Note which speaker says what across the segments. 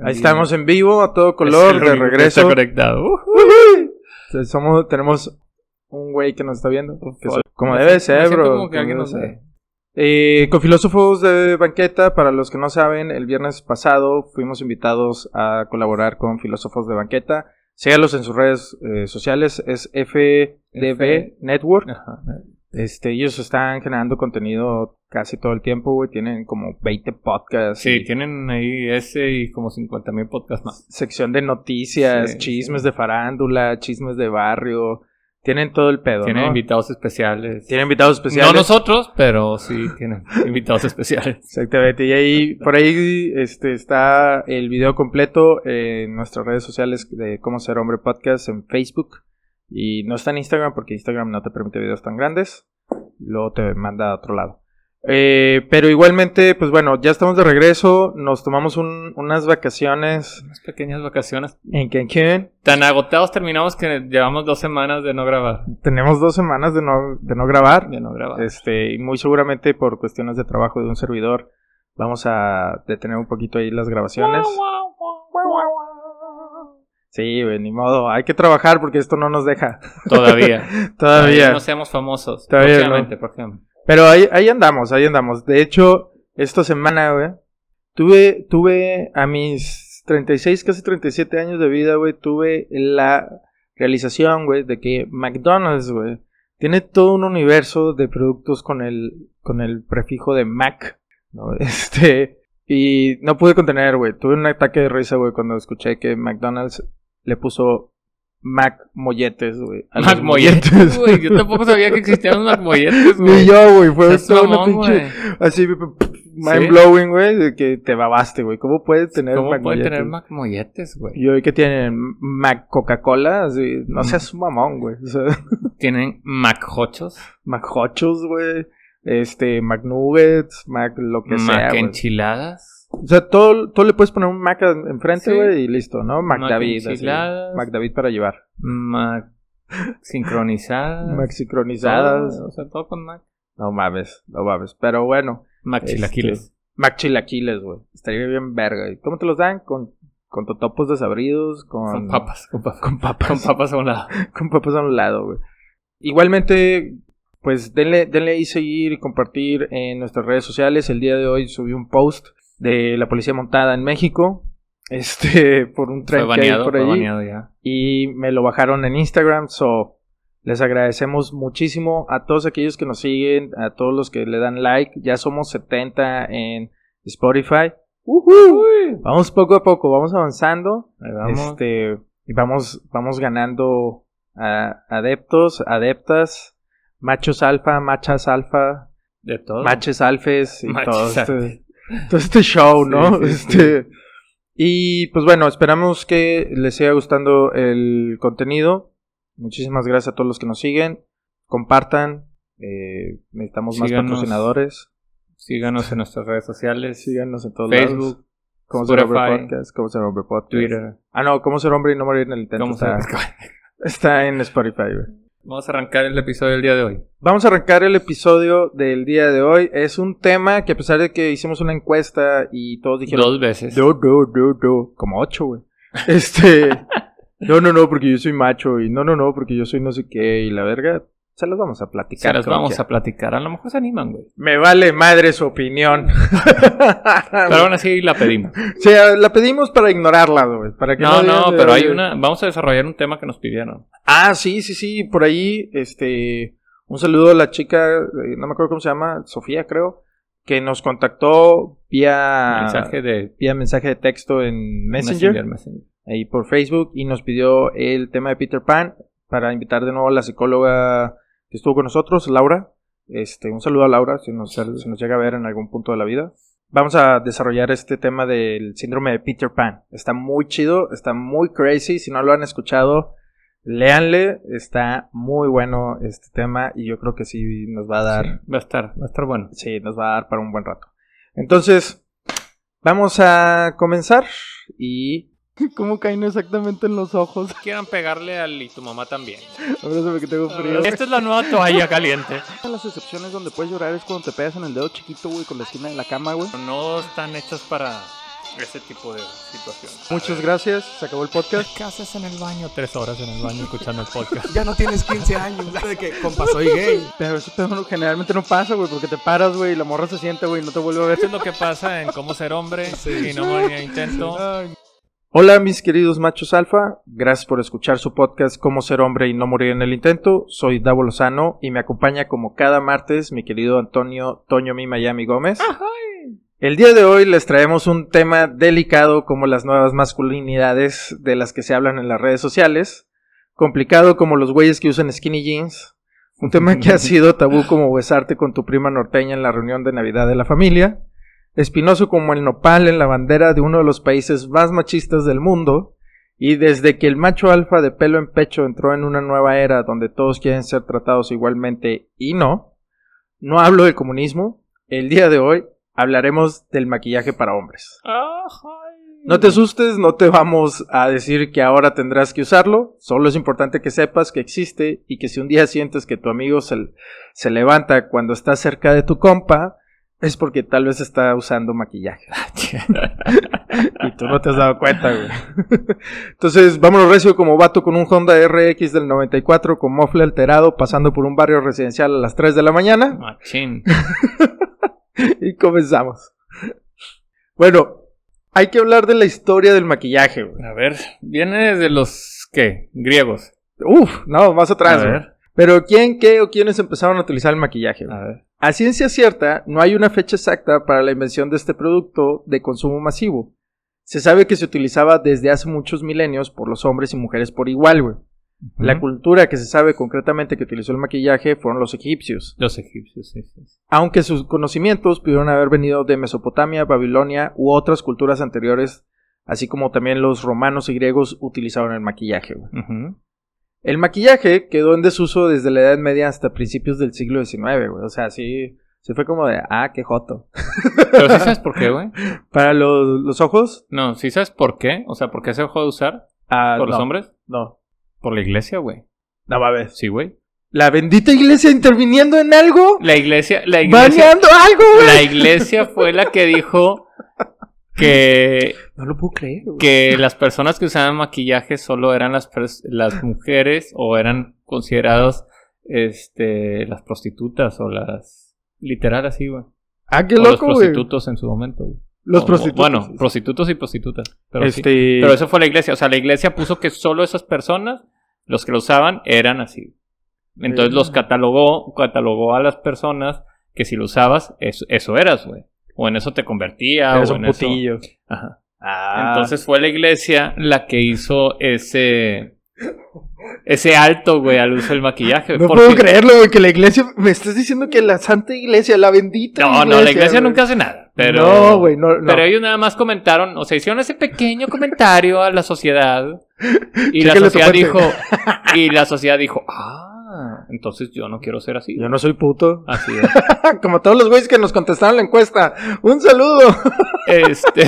Speaker 1: Ahí estamos en vivo, a todo color, de regreso.
Speaker 2: Está conectado. Uh,
Speaker 1: Entonces, Somos, tenemos un güey que nos está viendo. que
Speaker 2: fuck.
Speaker 1: so- como
Speaker 2: Me
Speaker 1: debe
Speaker 2: siento-
Speaker 1: ser,
Speaker 2: me siento
Speaker 1: bro.
Speaker 2: como que alguien
Speaker 1: debe
Speaker 2: nos
Speaker 1: ser.
Speaker 2: ve.
Speaker 1: Eh, con Filósofos de Banqueta, para los que no saben, el viernes pasado fuimos invitados a colaborar con Filósofos de Banqueta. Sígalos en sus redes eh, sociales, es FDB
Speaker 2: F-
Speaker 1: Network.
Speaker 2: Ajá.
Speaker 1: Este, ellos están generando contenido casi todo el tiempo, güey. Tienen como 20 podcasts.
Speaker 2: Sí,
Speaker 1: y
Speaker 2: tienen ahí ese y como 50 mil podcasts más.
Speaker 1: sección de noticias,
Speaker 2: Sí,
Speaker 1: chismes de farándula, chismes de barrio. Tienen todo el pedo,
Speaker 2: Tienen
Speaker 1: ¿no?
Speaker 2: invitados especiales.
Speaker 1: Tienen invitados especiales.
Speaker 2: No nosotros, pero sí tienen invitados especiales.
Speaker 1: Exactamente. Y ahí, por ahí este, está el video completo en nuestras redes sociales de Cómo Ser Hombre Podcast en Facebook. Y no está en Instagram porque Instagram no te permite videos tan grandes. Luego te manda a otro lado. Eh, pero igualmente, pues bueno, ya estamos de regreso. Nos tomamos un- unas vacaciones
Speaker 2: Unas pequeñas vacaciones.
Speaker 1: en Cancún.
Speaker 2: Tan agotados terminamos que llevamos dos semanas de no grabar.
Speaker 1: Tenemos dos semanas de no, de no grabar.
Speaker 2: De no grabar.
Speaker 1: Este, y muy seguramente por cuestiones de trabajo de un servidor, vamos a detener un poquito ahí las grabaciones. Sí, güey, ni modo. Hay que trabajar porque esto no nos deja.
Speaker 2: Todavía.
Speaker 1: Todavía.
Speaker 2: No seamos famosos.
Speaker 1: Todavía no.
Speaker 2: Próximamente, próximamente.
Speaker 1: Pero ahí, ahí andamos, ahí andamos. De hecho, esta semana, güey, tuve, tuve a mis 36, casi 37 años de vida, güey, tuve la realización, güey, de que McDonald's, güey, tiene todo un universo de productos con el, con el prefijo de Mac, ¿no? Este, y no pude contener, güey. Tuve un ataque de risa, güey, cuando escuché que McDonald's le puso Mac Molletes, güey. a los
Speaker 2: Mac Molletes, güey. Yo tampoco sabía que existían los Mac Molletes,
Speaker 1: Ni
Speaker 2: güey.
Speaker 1: yo, güey. Fue
Speaker 2: Estás
Speaker 1: toda una
Speaker 2: mamón,
Speaker 1: pinche.
Speaker 2: güey.
Speaker 1: Así, mind blowing, güey, de que te babaste, güey. ¿Cómo puede tener
Speaker 2: ¿Cómo
Speaker 1: Mac
Speaker 2: puede
Speaker 1: Molletes?
Speaker 2: tener Mac Molletes, güey?
Speaker 1: Y hoy que tienen Mac Coca-Cola, así, no
Speaker 2: Mm.
Speaker 1: seas un mamón, güey. O sea,
Speaker 2: Tienen Mac Hochos,
Speaker 1: Mac Hochos, güey. Este, Mac Nuggets, Mac lo que sea,
Speaker 2: Mac
Speaker 1: güey.
Speaker 2: Enchiladas,
Speaker 1: O sea, todo, todo le puedes poner un Mac en- enfrente,
Speaker 2: Sí.
Speaker 1: güey, y listo, ¿no? Mac,
Speaker 2: Mac
Speaker 1: David, así.
Speaker 2: enchiladas.
Speaker 1: Mac David para llevar.
Speaker 2: Mac Sincronizadas,
Speaker 1: Mac sincronizadas.
Speaker 2: todo, O sea, todo con Mac.
Speaker 1: No mames, no mames. Pero bueno,
Speaker 2: Mac
Speaker 1: Este,
Speaker 2: Chilaquiles.
Speaker 1: Mac Chilaquiles, güey. Estaría bien verga. ¿Y cómo te los dan? Con, con totopos desabridos, con...
Speaker 2: Con papas, con papas.
Speaker 1: Con papas.
Speaker 2: Con papas a un lado.
Speaker 1: con papas a un lado, güey. Igualmente, pues denle, denle ahí seguir y compartir en nuestras redes sociales. El día de hoy subí un post de la policía montada en México. Este, por un
Speaker 2: Fue
Speaker 1: tren que hay
Speaker 2: baneado,
Speaker 1: por
Speaker 2: fue
Speaker 1: ahí.
Speaker 2: baneado ya.
Speaker 1: Y me lo bajaron en Instagram. So, les agradecemos muchísimo a todos aquellos que nos siguen, a todos los que le dan like. Ya somos 70 en Spotify.
Speaker 2: Uy.
Speaker 1: Vamos poco a poco, vamos avanzando.
Speaker 2: Ahí vamos.
Speaker 1: Este, y vamos, vamos ganando ah, adeptos, adeptas, machos alfa, machas alfa,
Speaker 2: de todo.
Speaker 1: maches alfes y
Speaker 2: Machos
Speaker 1: todo,
Speaker 2: alfas.
Speaker 1: este, todo este show,
Speaker 2: Sí,
Speaker 1: ¿no?
Speaker 2: sí, sí.
Speaker 1: este, Y pues bueno, esperamos que les siga gustando el contenido. Muchísimas gracias a todos los que nos siguen. Compartan. eh, necesitamos más
Speaker 2: Síganos.
Speaker 1: patrocinadores.
Speaker 2: Síganos en nuestras redes sociales.
Speaker 1: Síganos en todos lados.
Speaker 2: Facebook,
Speaker 1: Como ser hombre
Speaker 2: Spotify,
Speaker 1: podcast, como ser hombre podcast.
Speaker 2: Twitter.
Speaker 1: Ah, no, cómo ser hombre y no morir en el intento.
Speaker 2: Vamos
Speaker 1: está-
Speaker 2: a,
Speaker 1: Está en Spotify, güey.
Speaker 2: vamos a arrancar el episodio del día de hoy.
Speaker 1: Vamos a arrancar el episodio del día de hoy. Es un tema que a pesar de que hicimos una encuesta y todos dijeron...
Speaker 2: Dos veces.
Speaker 1: No, no, no, no. Como ocho, güey. Este... no, no, no, porque yo soy macho. Y no, no, no, porque yo soy no sé qué. Y la verga, se las vamos a platicar.
Speaker 2: Se las
Speaker 1: como
Speaker 2: vamos
Speaker 1: quiera.
Speaker 2: a platicar. A lo mejor se animan, güey.
Speaker 1: Me vale madre su opinión. Ah,
Speaker 2: Pero aún así la pedimos.
Speaker 1: O sea, la pedimos para ignorarla, güey. Para que
Speaker 2: No,
Speaker 1: digan
Speaker 2: no,
Speaker 1: de-
Speaker 2: pero hay una. Vamos a desarrollar un tema que nos pidieron.
Speaker 1: Ah, sí, sí, sí, por ahí, este, un saludo a la chica, eh, no me acuerdo cómo se llama, Sofía creo, que nos contactó vía
Speaker 2: Mensaje de
Speaker 1: vía mensaje de texto en Messenger,
Speaker 2: Messenger.
Speaker 1: ahí por Facebook, y nos pidió el tema de Peter Pan para invitar de nuevo a la psicóloga que estuvo con nosotros, Laura. Este, un saludo a Laura, si nos,
Speaker 2: Saludos.
Speaker 1: si nos llega a ver en algún punto de la vida. Vamos a desarrollar este tema del síndrome de Peter Pan. Está muy chido, está muy crazy. Si no lo han escuchado, léanle. Está muy bueno este tema y yo creo que sí nos va a dar
Speaker 2: Sí, va a estar, va a estar bueno.
Speaker 1: Sí, nos va a dar para un buen rato. Entonces, vamos a comenzar y... ¿Cómo caen exactamente en los ojos?
Speaker 2: Quieran pegarle al y tu mamá también. Ah,
Speaker 1: Abrázame que tengo
Speaker 2: Esta es la nueva toalla caliente.
Speaker 1: Las excepciones donde puedes llorar es cuando te pegas en el dedo chiquito, güey, con la esquina de la cama, güey.
Speaker 2: No están hechas para ese tipo de situaciones.
Speaker 1: Muchas gracias, se acabó el podcast.
Speaker 2: ¿Qué haces en el baño? Tres horas en el baño escuchando el podcast.
Speaker 3: Ya no tienes 15 años. De que, compa, soy gay.
Speaker 1: Pero eso pedo no- generalmente no pasa, güey, porque te paras, güey, y la morra se sienta, güey, y no te vuelve a ver.
Speaker 2: Esto es lo que pasa en cómo ser hombre y no morir en intento.
Speaker 1: Hola, mis queridos machos alfa. Gracias por escuchar su podcast Cómo ser hombre y no morir en el intento. Soy Davo Lozano y me acompaña como cada martes mi querido Antonio Toño Mi Miami Gómez. El día de hoy les traemos un tema delicado como las nuevas masculinidades de las que se hablan en las redes sociales, complicado como los güeyes que usan skinny jeans, un tema que ha sido tabú como besarte con tu prima norteña en la reunión de Navidad de la familia, espinoso como el nopal en la bandera de uno de los países más machistas del mundo, y desde que el macho alfa de pelo en pecho entró en una nueva era donde todos quieren ser tratados igualmente y no, no hablo de comunismo, el día de hoy hablaremos del maquillaje para hombres. No te asustes, no te vamos a decir que ahora tendrás que usarlo, solo es importante que sepas que existe y que si un día sientes que tu amigo se, se levanta cuando está cerca de tu compa, es porque tal vez está usando maquillaje. y tú no te has dado cuenta, güey. Entonces, vámonos recio como vato con un Honda RX del 94 con mofle alterado pasando por un barrio residencial a las 3 de la mañana
Speaker 2: Machín.
Speaker 1: y comenzamos. Bueno, hay que hablar de la historia del maquillaje, güey.
Speaker 2: A ver, viene de los, ¿qué? Griegos.
Speaker 1: Uf, no, más
Speaker 2: A
Speaker 1: atrás, güey.
Speaker 2: ver,
Speaker 1: Pero ¿quién, qué o quiénes empezaron a utilizar el maquillaje? güey?
Speaker 2: a ver.
Speaker 1: A ciencia cierta, no hay una fecha exacta para la invención de este producto de consumo masivo. Se sabe que se utilizaba desde hace muchos milenios por los hombres y mujeres por igual, güey. La
Speaker 2: Ujú.
Speaker 1: cultura que se sabe concretamente que utilizó el maquillaje fueron los egipcios,
Speaker 2: Los egipcios, sí, sí. sí.
Speaker 1: aunque sus conocimientos pudieron haber venido de Mesopotamia, Babilonia u otras culturas anteriores, así como también los romanos y griegos utilizaron el maquillaje. güey.
Speaker 2: Ujú.
Speaker 1: El maquillaje quedó en desuso desde la Edad Media hasta principios del siglo XIX, güey. O sea, sí, se fue como de, ah, qué joto.
Speaker 2: Pero sí sabes por qué, güey.
Speaker 1: Para los, los ojos,
Speaker 2: No, sí sabes por qué. O sea, ¿por qué se dejó de usar
Speaker 1: ah,
Speaker 2: por los
Speaker 1: no,
Speaker 2: hombres?
Speaker 1: No,
Speaker 2: Por la iglesia, güey.
Speaker 1: no mames.
Speaker 2: Sí, güey.
Speaker 1: La bendita iglesia interviniendo en algo,
Speaker 2: La iglesia, la iglesia,
Speaker 1: baneando algo, güey.
Speaker 2: la iglesia fue la que dijo que,
Speaker 1: No lo puedo creer, güey.
Speaker 2: que las personas que usaban maquillaje solo eran las, pers- las mujeres o eran consideradas este, las prostitutas o las... Literal así, güey.
Speaker 1: Ah, qué
Speaker 2: O los
Speaker 1: loco, güey.
Speaker 2: prostitutos en su momento, güey.
Speaker 1: Los
Speaker 2: O-
Speaker 1: prostitutos.
Speaker 2: Bueno, prostitutos y prostitutas. Pero, sí.
Speaker 1: este,
Speaker 2: Pero eso fue la iglesia. O sea, la iglesia puso que solo esas personas, los que lo usaban, eran así. Entonces
Speaker 1: Eh.
Speaker 2: los catalogó, catalogó a las personas que si lo usabas, eso, eso eras, güey. O en eso te convertía,
Speaker 1: eres
Speaker 2: o
Speaker 1: un
Speaker 2: en eso-
Speaker 1: putillo.
Speaker 2: Ajá.
Speaker 1: Ah,
Speaker 2: Entonces fue la iglesia la que hizo ese. Ese alto, güey, al uso del maquillaje.
Speaker 1: no
Speaker 2: porque-
Speaker 1: puedo creerlo, güey, que la iglesia, me estás diciendo que la santa iglesia, la bendita
Speaker 2: No, no, la iglesia
Speaker 1: güey.
Speaker 2: nunca hace nada. Pero...
Speaker 1: No, güey, no, no.
Speaker 2: Pero ellos nada más comentaron, o sea, hicieron ese pequeño comentario a la sociedad. Y la
Speaker 1: Chéquenle su
Speaker 2: sociedad
Speaker 1: fuente.
Speaker 2: dijo, y la sociedad dijo, ah, entonces yo no quiero ser así.
Speaker 1: Yo no soy puto.
Speaker 2: Así es.
Speaker 1: Como todos los güeyes que nos contestaron la encuesta. Un saludo.
Speaker 2: Este,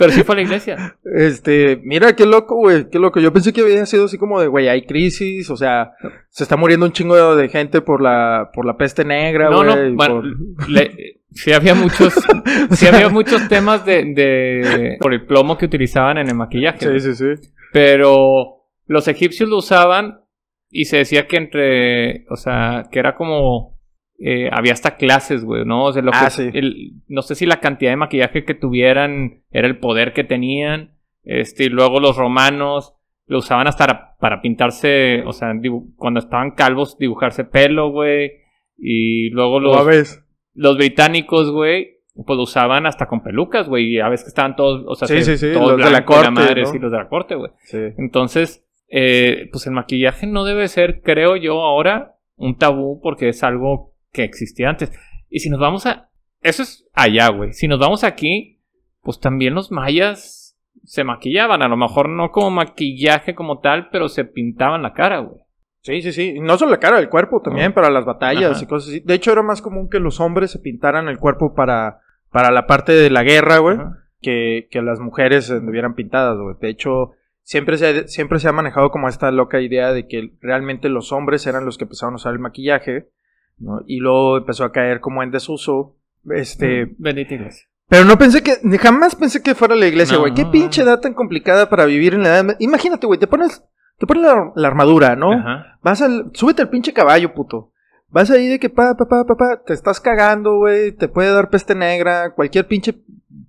Speaker 2: pero sí fue la iglesia.
Speaker 1: Este, mira qué loco, güey, qué loco. Yo pensé que había sido así como de, güey, hay crisis, o sea, se está muriendo un chingo de gente por la por la peste negra,
Speaker 2: No,
Speaker 1: güey.
Speaker 2: no,
Speaker 1: y
Speaker 2: bueno,
Speaker 1: por-
Speaker 2: le- sí había muchos,
Speaker 1: o
Speaker 2: sí
Speaker 1: sea,
Speaker 2: había muchos temas de, de, por el plomo que utilizaban en el maquillaje.
Speaker 1: Sí, sí, sí.
Speaker 2: Pero los egipcios lo usaban y se decía que entre, o sea, que era como, eh, había hasta clases, güey, ¿no? O sea, lo
Speaker 1: Ah,
Speaker 2: que-
Speaker 1: sí.
Speaker 2: el- no sé si la cantidad de maquillaje que tuvieran era el poder que tenían, este, y luego los romanos lo usaban hasta para, para pintarse, o sea, dibu- cuando estaban calvos, dibujarse pelo, güey, y luego los
Speaker 1: No mames.
Speaker 2: los británicos, güey, pues lo usaban hasta con pelucas, güey. Y a veces que estaban todos, o sea,
Speaker 1: Sí,
Speaker 2: se-
Speaker 1: sí, sí,
Speaker 2: todos
Speaker 1: los de la
Speaker 2: blancos,
Speaker 1: corte,
Speaker 2: madre,
Speaker 1: ¿no?
Speaker 2: sí, los de la corte, güey.
Speaker 1: Sí.
Speaker 2: Entonces, eh, pues el maquillaje no debe ser, creo yo, ahora un tabú porque es algo que existía antes. Y si nos vamos a... Eso es allá, güey. Si nos vamos aquí, pues también los mayas se maquillaban. A lo mejor no como maquillaje como tal, pero se pintaban la cara, güey.
Speaker 1: Sí, sí, sí. Y no solo la cara, el cuerpo también,
Speaker 2: No.
Speaker 1: para las batallas
Speaker 2: Mm. Ajá.
Speaker 1: y cosas así. De hecho, era más común que los hombres se pintaran el cuerpo para, para la parte de la guerra, güey,
Speaker 2: Ajá.
Speaker 1: que, que las mujeres anduvieran pintadas, güey. De hecho, siempre se, ha- siempre se ha manejado como esta loca idea de que realmente los hombres eran los que empezaron a usar el maquillaje, ¿no? Y luego empezó a caer como en desuso. Este,
Speaker 2: Mm. Bendita iglesia.
Speaker 1: Pero no pensé que, ni jamás pensé que fuera la iglesia,
Speaker 2: No,
Speaker 1: güey. Qué
Speaker 2: no,
Speaker 1: pinche edad tan complicada para vivir en la edad. Imagínate, güey, te pones, te pones la, la armadura, ¿no?
Speaker 2: Ajá.
Speaker 1: Vas al, súbete al pinche caballo, puto. Vas ahí de que pa, pa, pa, pa, pa, te estás cagando, güey, te puede dar peste negra, cualquier pinche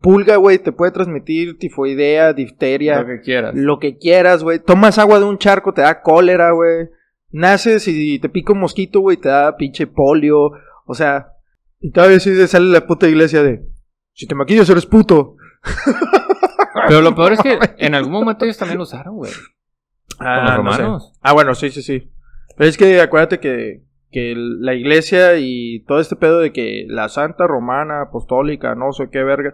Speaker 1: pulga, güey, te puede transmitir tifoidea, difteria,
Speaker 2: Lo que quieras.
Speaker 1: lo que quieras, güey. Tomas agua de un charco, te da cólera, güey. Naces y te pica un mosquito, güey, te da pinche polio. O sea, y todavía sí te sale la puta iglesia de, si te maquillas eres puto.
Speaker 2: Pero lo peor es que en algún momento ellos también lo usaron, güey. Con los
Speaker 1: no sé.
Speaker 2: romanos.
Speaker 1: Ah, bueno, sí, sí, sí. Pero es que acuérdate que, que la iglesia y todo este pedo de que la santa romana apostólica, no sé qué verga,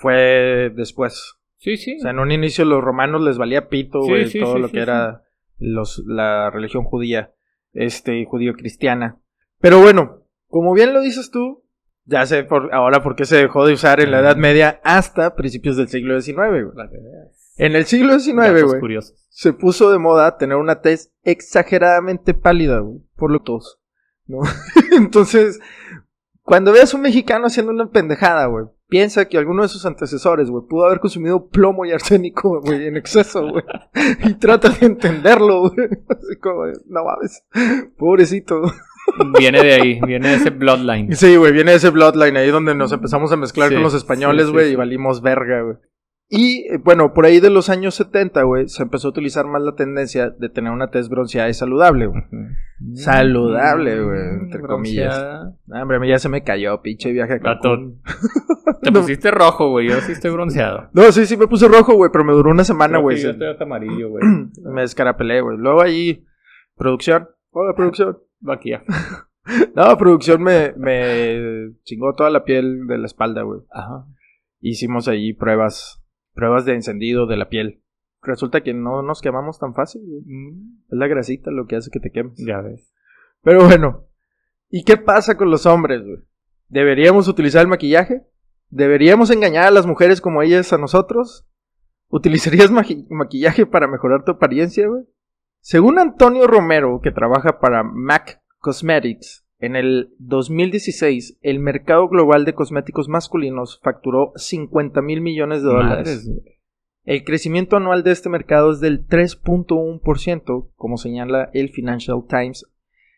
Speaker 1: fue después.
Speaker 2: Sí, sí.
Speaker 1: O sea, en un inicio los romanos les valía pito,
Speaker 2: Sí,
Speaker 1: güey,
Speaker 2: sí,
Speaker 1: todo
Speaker 2: sí,
Speaker 1: lo
Speaker 2: sí,
Speaker 1: que era los, la religión judía, este, judío-cristiana. Pero bueno, como bien lo dices tú, ya sé por, ahora por qué se dejó de usar en
Speaker 2: Ah.
Speaker 1: la Edad Media hasta principios del siglo XIX, güey.
Speaker 2: La que veas.
Speaker 1: En el siglo XIX,
Speaker 2: Datos
Speaker 1: güey,
Speaker 2: curiosos.
Speaker 1: se puso de moda tener una tez exageradamente pálida, güey, por lo tos, ¿no? Entonces, cuando veas un mexicano haciendo una pendejada, güey, piensa que alguno de sus antecesores, güey, pudo haber consumido plomo y arsénico, güey, en exceso, güey. Y trata de entenderlo, güey. Así como, de, no mames, pobrecito.
Speaker 2: Viene de ahí, viene de ese bloodline.
Speaker 1: Y Sí, güey, viene ese bloodline ahí donde nos empezamos a mezclar
Speaker 2: Mm. Sí,
Speaker 1: con los españoles,
Speaker 2: sí, sí,
Speaker 1: güey, y
Speaker 2: sí.
Speaker 1: valimos verga, güey. Y eh, bueno, por ahí de los años 70, güey, se empezó a utilizar más la tendencia de tener una tez bronceada y saludable, güey. Saludable, güey, entre
Speaker 2: Mm, Bronceada.
Speaker 1: Ah, hombre, a mí ya se me cayó, pinche viaje. a
Speaker 2: Ah.
Speaker 1: Cancún.
Speaker 2: Vato, Te
Speaker 1: No.
Speaker 2: pusiste rojo, güey. Yo sí estoy bronceado.
Speaker 1: No, sí, sí me puse rojo, güey, pero me duró una semana,
Speaker 2: Creo
Speaker 1: Ah, güey.
Speaker 2: que
Speaker 1: sí.
Speaker 2: Yo estoy hasta amarillo, güey.
Speaker 1: Me descarapelé, güey. Luego ahí, producción. Hola, producción.
Speaker 2: Maquillaje.
Speaker 1: No, producción me, me chingó toda la piel de la espalda, güey.
Speaker 2: Ajá.
Speaker 1: hicimos ahí pruebas, pruebas de encendido de la piel. Resulta que no nos quemamos tan fácil, güey. Es la grasita lo que hace que te quemes.
Speaker 2: Ya ves.
Speaker 1: Pero bueno, ¿y qué pasa con los hombres, güey? ¿Deberíamos utilizar el maquillaje? ¿Deberíamos engañar a las mujeres como ellas a nosotros? ¿Utilizarías maqui- maquillaje para mejorar tu apariencia, güey? Según Antonio Romero, que trabaja para MAC Cosmetics, en el 2016 el mercado global de cosméticos masculinos facturó 50 mil millones de dólares.
Speaker 2: Madres, güey.
Speaker 1: El crecimiento anual de este mercado es del 3.1%, como señala el Financial Times.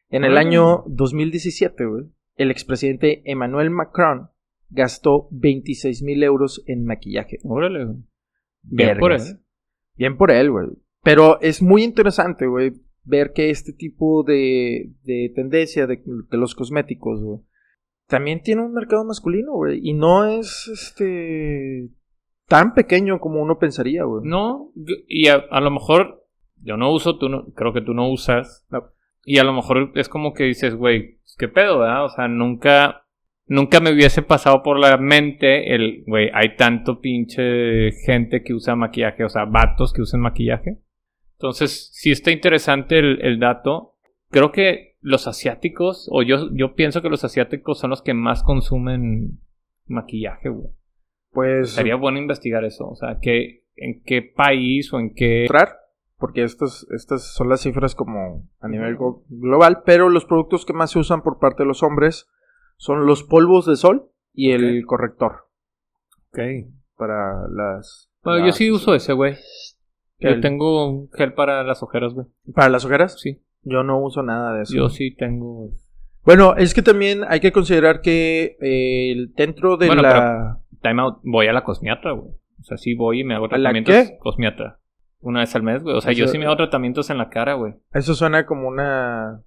Speaker 1: En el
Speaker 2: Ah.
Speaker 1: año 2017, güey, el expresidente Emmanuel Macron gastó 26 mil euros en maquillaje.
Speaker 2: Órale, güey. Bien por
Speaker 1: Vergas.
Speaker 2: eso.
Speaker 1: Bien por él, güey. Pero es muy interesante, güey, ver que este tipo de, de tendencia de, de los cosméticos, güey, también tiene un mercado masculino, güey. Y no es, este, tan pequeño como uno pensaría, güey.
Speaker 2: No, yo- y a, a lo mejor yo no uso, tú no, creo que tú no usas.
Speaker 1: No.
Speaker 2: Y a lo mejor es como que dices, güey, pues, qué pedo, ¿verdad? O sea, nunca, nunca me hubiese pasado por la mente el, güey, hay tanto pinche gente que usa maquillaje, o sea, vatos que usan maquillaje. Entonces, sí está interesante el, el dato. Creo que los asiáticos, o yo, yo pienso que los asiáticos son los que más consumen maquillaje, güey.
Speaker 1: Pues
Speaker 2: Sería bueno investigar eso, o sea, que en qué país o en qué...
Speaker 1: entrar, porque estas, estas son las cifras como a nivel go- global, pero los productos que más se usan por parte de los hombres son los polvos de sol y el corrector para las...
Speaker 2: Bueno, yo
Speaker 1: las-
Speaker 2: Ah, sí uso ese, güey.
Speaker 1: el-
Speaker 2: Yo tengo un gel para las ojeras, güey.
Speaker 1: ¿Para las ojeras?
Speaker 2: Sí,
Speaker 1: Yo no uso nada de eso.
Speaker 2: yo sí tengo... este,
Speaker 1: Bueno, es que también hay que considerar que eh, el- dentro de
Speaker 2: Bueno,
Speaker 1: la...
Speaker 2: Time out, voy a la cosmiatra, güey. O sea, sí voy y me hago
Speaker 1: ¿A la
Speaker 2: tratamientos
Speaker 1: qué?
Speaker 2: cosmiatra. Una vez al mes, güey. O sea, yo
Speaker 1: Eso-
Speaker 2: sí me hago tratamientos en la cara, güey.
Speaker 1: Eso suena como una...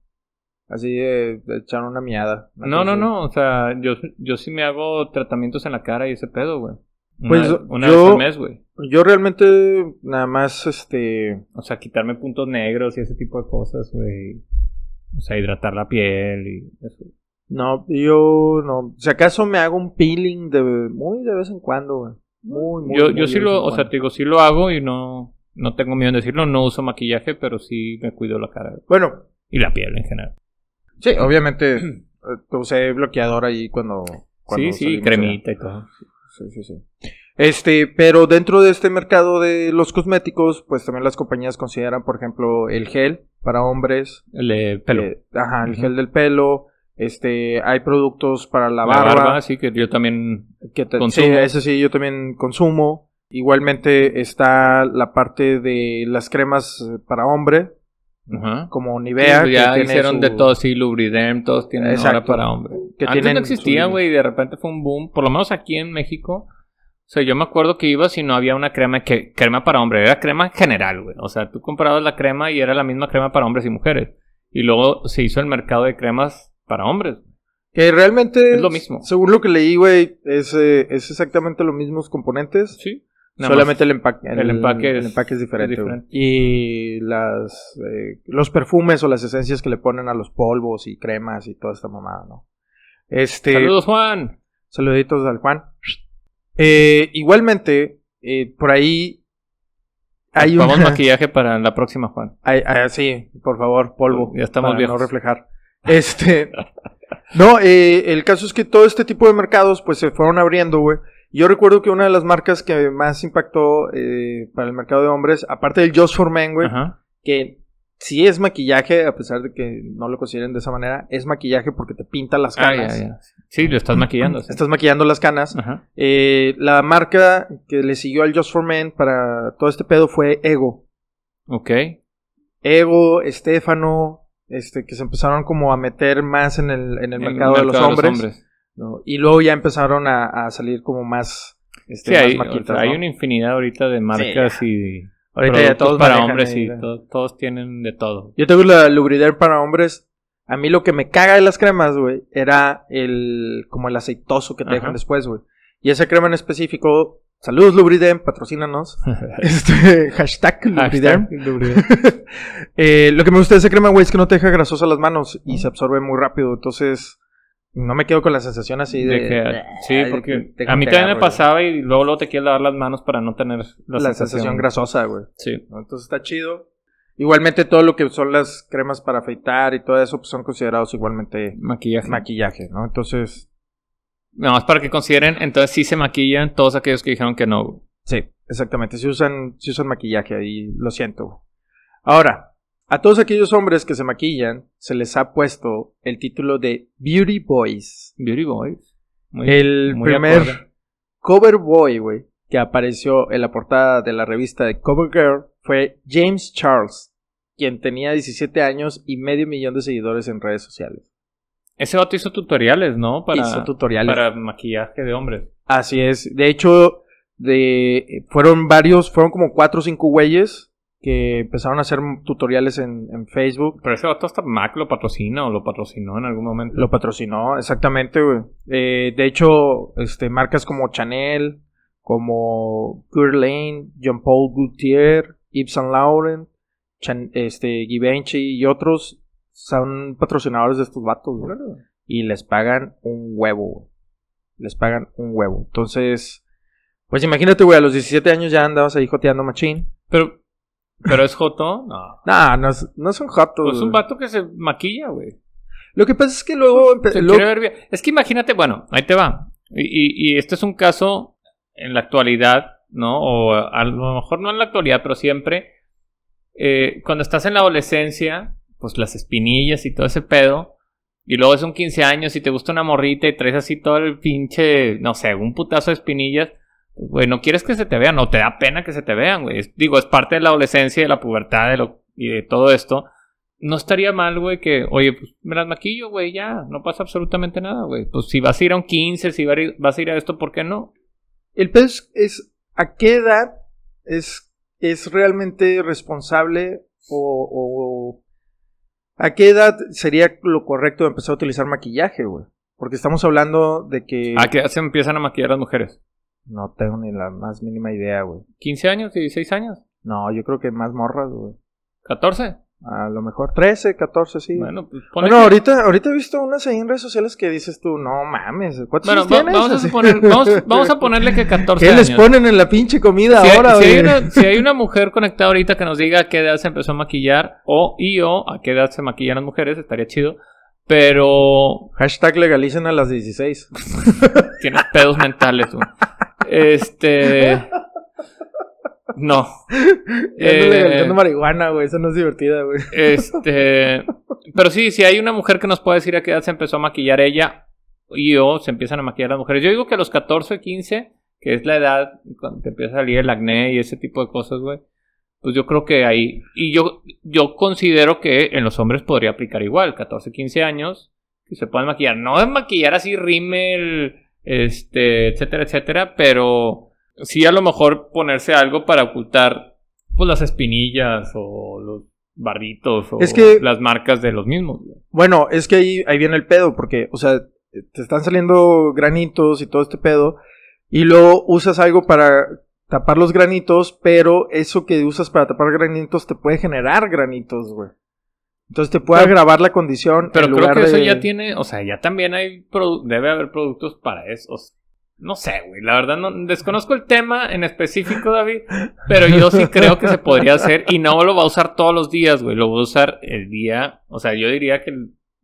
Speaker 1: Así de, de echar una miada. una
Speaker 2: No,
Speaker 1: cosa
Speaker 2: no,
Speaker 1: así.
Speaker 2: no. O sea, yo, yo sí me hago tratamientos en la cara y ese pedo, güey. Una,
Speaker 1: Pues,
Speaker 2: una
Speaker 1: yo-
Speaker 2: vez al mes, güey.
Speaker 1: Yo realmente nada más, este...
Speaker 2: O sea, quitarme puntos negros y ese tipo de cosas, güey. O sea, hidratar la piel y eso.
Speaker 1: No, yo no. Si acaso me hago un peeling de muy de vez en cuando, güey. Muy, muy.
Speaker 2: yo
Speaker 1: muy
Speaker 2: yo
Speaker 1: de
Speaker 2: sí
Speaker 1: vez en
Speaker 2: lo, o sea,
Speaker 1: cuando.
Speaker 2: te digo, sí lo hago y no, no tengo miedo en decirlo. No uso maquillaje, pero sí me cuido la cara
Speaker 1: Bueno,
Speaker 2: y la piel en general.
Speaker 1: sí, obviamente eh, usé bloqueador ahí cuando. cuando
Speaker 2: sí, sí,
Speaker 1: salimos
Speaker 2: cremita y todo.
Speaker 1: allá. Sí, sí, sí. Este, pero dentro de este mercado de los cosméticos, pues también las compañías consideran, por ejemplo, el gel para hombres.
Speaker 2: El eh, pelo.
Speaker 1: eh, ajá, el
Speaker 2: Ujú.
Speaker 1: gel del pelo. Este, hay productos para la
Speaker 2: La
Speaker 1: barba.
Speaker 2: barba, sí, que yo también.
Speaker 1: que te-
Speaker 2: Consumo.
Speaker 1: Sí, eso sí, yo también consumo. Igualmente está la parte de las cremas eh, para hombre,
Speaker 2: Ajá. pues
Speaker 1: como Nivea. que
Speaker 2: ya
Speaker 1: tiene
Speaker 2: hicieron
Speaker 1: su-
Speaker 2: de todo, sí, Lubridem, todos tienen ahora
Speaker 1: Exacto.
Speaker 2: para hombre.
Speaker 1: Que
Speaker 2: Antes
Speaker 1: tienen
Speaker 2: no existía,
Speaker 1: su-
Speaker 2: güey, y de repente fue un boom, por lo menos aquí en México. O sea, yo me acuerdo que ibas y no había una crema que crema para hombre, era crema en general, güey. O sea, tú comprabas la crema y era la misma crema para hombres y mujeres. Y luego se hizo el mercado de cremas para hombres.
Speaker 1: Que realmente.
Speaker 2: Es lo mismo.
Speaker 1: Según lo que leí, güey, es, eh, es exactamente los mismos componentes.
Speaker 2: Sí.
Speaker 1: solamente el empaque.
Speaker 2: el empaque es-
Speaker 1: el empaque es diferente.
Speaker 2: es diferente.
Speaker 1: güey. Y las, eh, los perfumes o las esencias que le ponen a los polvos y cremas y toda esta mamada, ¿no? Este.
Speaker 2: Saludos, Juan.
Speaker 1: Saluditos al Juan. Eh, igualmente, eh, por ahí hay
Speaker 2: Vamos
Speaker 1: una...
Speaker 2: maquillaje para la próxima, Juan.
Speaker 1: hay- hay- sí, por favor, polvo.
Speaker 2: Ya estamos
Speaker 1: para
Speaker 2: viejos.
Speaker 1: no reflejar. Este... no, eh, el caso es que todo este tipo de mercados pues se fueron abriendo, güey. Yo recuerdo que una de las marcas que más impactó eh, para el mercado de hombres, aparte del Just for Men, güey,
Speaker 2: Ajá.
Speaker 1: que sí es maquillaje, a pesar de que no lo consideren de esa manera, es maquillaje porque te pinta las
Speaker 2: Ah,
Speaker 1: canas.
Speaker 2: ya, ya. Sí, lo estás maquillando. sí.
Speaker 1: Estás maquillando las canas.
Speaker 2: Ajá.
Speaker 1: Eh, la marca que le siguió al Just for Men para todo este pedo fue Ego.
Speaker 2: Ok.
Speaker 1: Ego, Estefano, este, que se empezaron como a meter más en el, en el mercado, de los hombres. ¿no? Y luego ya empezaron a, a salir como más, este,
Speaker 2: Sí,
Speaker 1: más
Speaker 2: hay,
Speaker 1: marquitas,
Speaker 2: o sea, hay
Speaker 1: ¿no?
Speaker 2: una infinidad ahorita de marcas y
Speaker 1: Ahorita ya
Speaker 2: productos
Speaker 1: todos
Speaker 2: para
Speaker 1: manejan
Speaker 2: hombres
Speaker 1: ahí
Speaker 2: y
Speaker 1: la-
Speaker 2: to- todos tienen de todo.
Speaker 1: Yo tengo la lubrider para hombres. A mí lo que me caga de las cremas, güey, era el como el aceitoso que te
Speaker 2: Ajá.
Speaker 1: dejan después, güey. Y esa crema en específico, saludos Lubriderm, patrocínanos. Este, hashtag Lubriderm. Eh, lo que me gusta de esa crema, güey, es que no te deja grasosa las manos y se absorbe muy rápido. Entonces, no me quedo con la sensación así de.
Speaker 2: De que- sí,
Speaker 1: de que
Speaker 2: porque
Speaker 1: te-
Speaker 2: a mí
Speaker 1: te
Speaker 2: también me
Speaker 1: agarro,
Speaker 2: pasaba y luego, luego te quieres lavar las manos para no tener la,
Speaker 1: güey, La, sensación. grasosa, güey.
Speaker 2: Sí.
Speaker 1: ¿no? Entonces está chido. Igualmente, todo lo que son las cremas para afeitar y todo eso, pues son considerados igualmente
Speaker 2: Maquillaje.
Speaker 1: maquillaje, ¿no? Entonces,
Speaker 2: Nada más para que consideren, entonces sí se maquillan todos aquellos que dijeron que no.
Speaker 1: sí, exactamente. Si usan, si usan maquillaje ahí, lo siento, güey. Ahora, a todos aquellos hombres que se maquillan, se les ha puesto el título de Beauty Boys.
Speaker 2: Beauty Boys. Muy-
Speaker 1: El
Speaker 2: muy
Speaker 1: primer
Speaker 2: acorde.
Speaker 1: cover boy, güey, que apareció en la portada de la revista de Covergirl fue James Charles, quien tenía 17 años y medio millón de seguidores en redes sociales.
Speaker 2: Ese vato hizo tutoriales, ¿no? Para,
Speaker 1: Hizo tutoriales.
Speaker 2: para maquillaje de hombres.
Speaker 1: Así es. De hecho, de, fueron varios, fueron como cuatro o cinco güeyes que empezaron a hacer tutoriales en, en Facebook.
Speaker 2: Pero ese vato hasta Mac lo patrocina o lo patrocinó en algún momento.
Speaker 1: Lo patrocinó, exactamente, güey. Eh, de hecho, este, marcas como Chanel, como Kurt Lane, Jean Paul Gaultier, Yves Saint Laurent, Chan- este, Givenchy y otros son patrocinadores de estos vatos, güey. Y les pagan un huevo, güey. Les pagan un huevo. Entonces, pues imagínate, güey, a los 17 años ya andabas ahí joteando machín.
Speaker 2: Pero, pero es Joto. No.
Speaker 1: Nah, no, es- no son jotos,
Speaker 2: Pues es un
Speaker 1: güey.
Speaker 2: vato que se maquilla, güey.
Speaker 1: Lo que pasa es que luego... empe-
Speaker 2: Se
Speaker 1: luego-
Speaker 2: quiere ver bien. Es que imagínate, bueno, ahí te va. Y, y- y este es un caso en la actualidad, ¿no? O a lo mejor no en la actualidad, pero siempre. eh, cuando estás en la adolescencia, pues las espinillas y todo ese pedo. Y luego es un 15 años y te gusta una morrita y traes así todo el pinche, no sé, un putazo de espinillas. Güey, no quieres que se te vean, o te da pena que se te vean, güey. Es- digo, es parte de la adolescencia, de la pubertad de lo, y de todo esto. No estaría mal, güey, que, oye, pues me las maquillo, güey, ya, no pasa absolutamente nada, güey. Pues si vas a ir a un 15, si va a ir- vas a ir a esto, ¿por qué no?
Speaker 1: El pedo es, es a qué edad es, es realmente responsable o, o- a qué edad sería lo correcto de empezar a utilizar maquillaje, güey. Porque estamos hablando de que
Speaker 2: ¿A qué edad se empiezan a maquillar las mujeres?
Speaker 1: no tengo ni la más mínima idea, güey.
Speaker 2: ¿15 años, 16 años?
Speaker 1: No, yo creo que más morras, güey.
Speaker 2: ¿14?
Speaker 1: A lo mejor 13, 14, sí. Bueno,
Speaker 2: Bueno, pues ponle que-
Speaker 1: ahorita, ahorita he visto unas ahí en redes sociales que dices tú, no mames, ¿cuántos
Speaker 2: Bueno,
Speaker 1: años
Speaker 2: va-
Speaker 1: tienes?
Speaker 2: vamos, a
Speaker 1: Así.
Speaker 2: suponer- vamos, vamos a ponerle que 14
Speaker 1: ¿Qué
Speaker 2: años.
Speaker 1: les ponen en la pinche comida
Speaker 2: si, hay-
Speaker 1: ahora,
Speaker 2: si hay,
Speaker 1: güey?
Speaker 2: una, si hay una mujer conectada ahorita que nos diga a qué edad se empezó a maquillar o y o a qué edad se maquillan las mujeres, estaría chido. Pero
Speaker 1: Hashtag legalicen a las 16.
Speaker 2: tienes pedos mentales, güey. Este. No.
Speaker 1: Ya ando
Speaker 2: Eh,
Speaker 1: legalizando marihuana, güey. Eso no es divertida, güey.
Speaker 2: Este. Pero sí, si hay una mujer que nos puede decir a qué edad se empezó a maquillar ella y o se empiezan a maquillar las mujeres. Yo digo que a los 14, 15, que es la edad cuando te empieza a salir el acné y ese tipo de cosas, güey. Pues yo creo que ahí. Y yo, yo considero que en los hombres podría aplicar igual, 14, 15 años, que se puedan maquillar. No es maquillar así rímel, este, etcétera, etcétera, pero sí a lo mejor ponerse algo para ocultar pues las espinillas o los barritos o
Speaker 1: Es que-
Speaker 2: las marcas de los mismos. güey.
Speaker 1: Bueno, es que ahí, ahí viene el pedo, porque, o sea, te están saliendo granitos y todo este pedo, y luego usas algo para tapar los granitos, pero eso que usas para tapar granitos te puede generar granitos, güey. Entonces te puede
Speaker 2: Pero-
Speaker 1: agravar la condición.
Speaker 2: Pero
Speaker 1: en
Speaker 2: creo
Speaker 1: lugar
Speaker 2: que eso
Speaker 1: de-
Speaker 2: ya tiene, o sea, ya también hay, produ- debe haber productos para eso. O sea, no sé, güey, la verdad no, desconozco el tema en específico, David, pero yo sí creo que se podría hacer y no lo va a usar todos los días, güey, lo voy a usar el día, o sea, yo diría que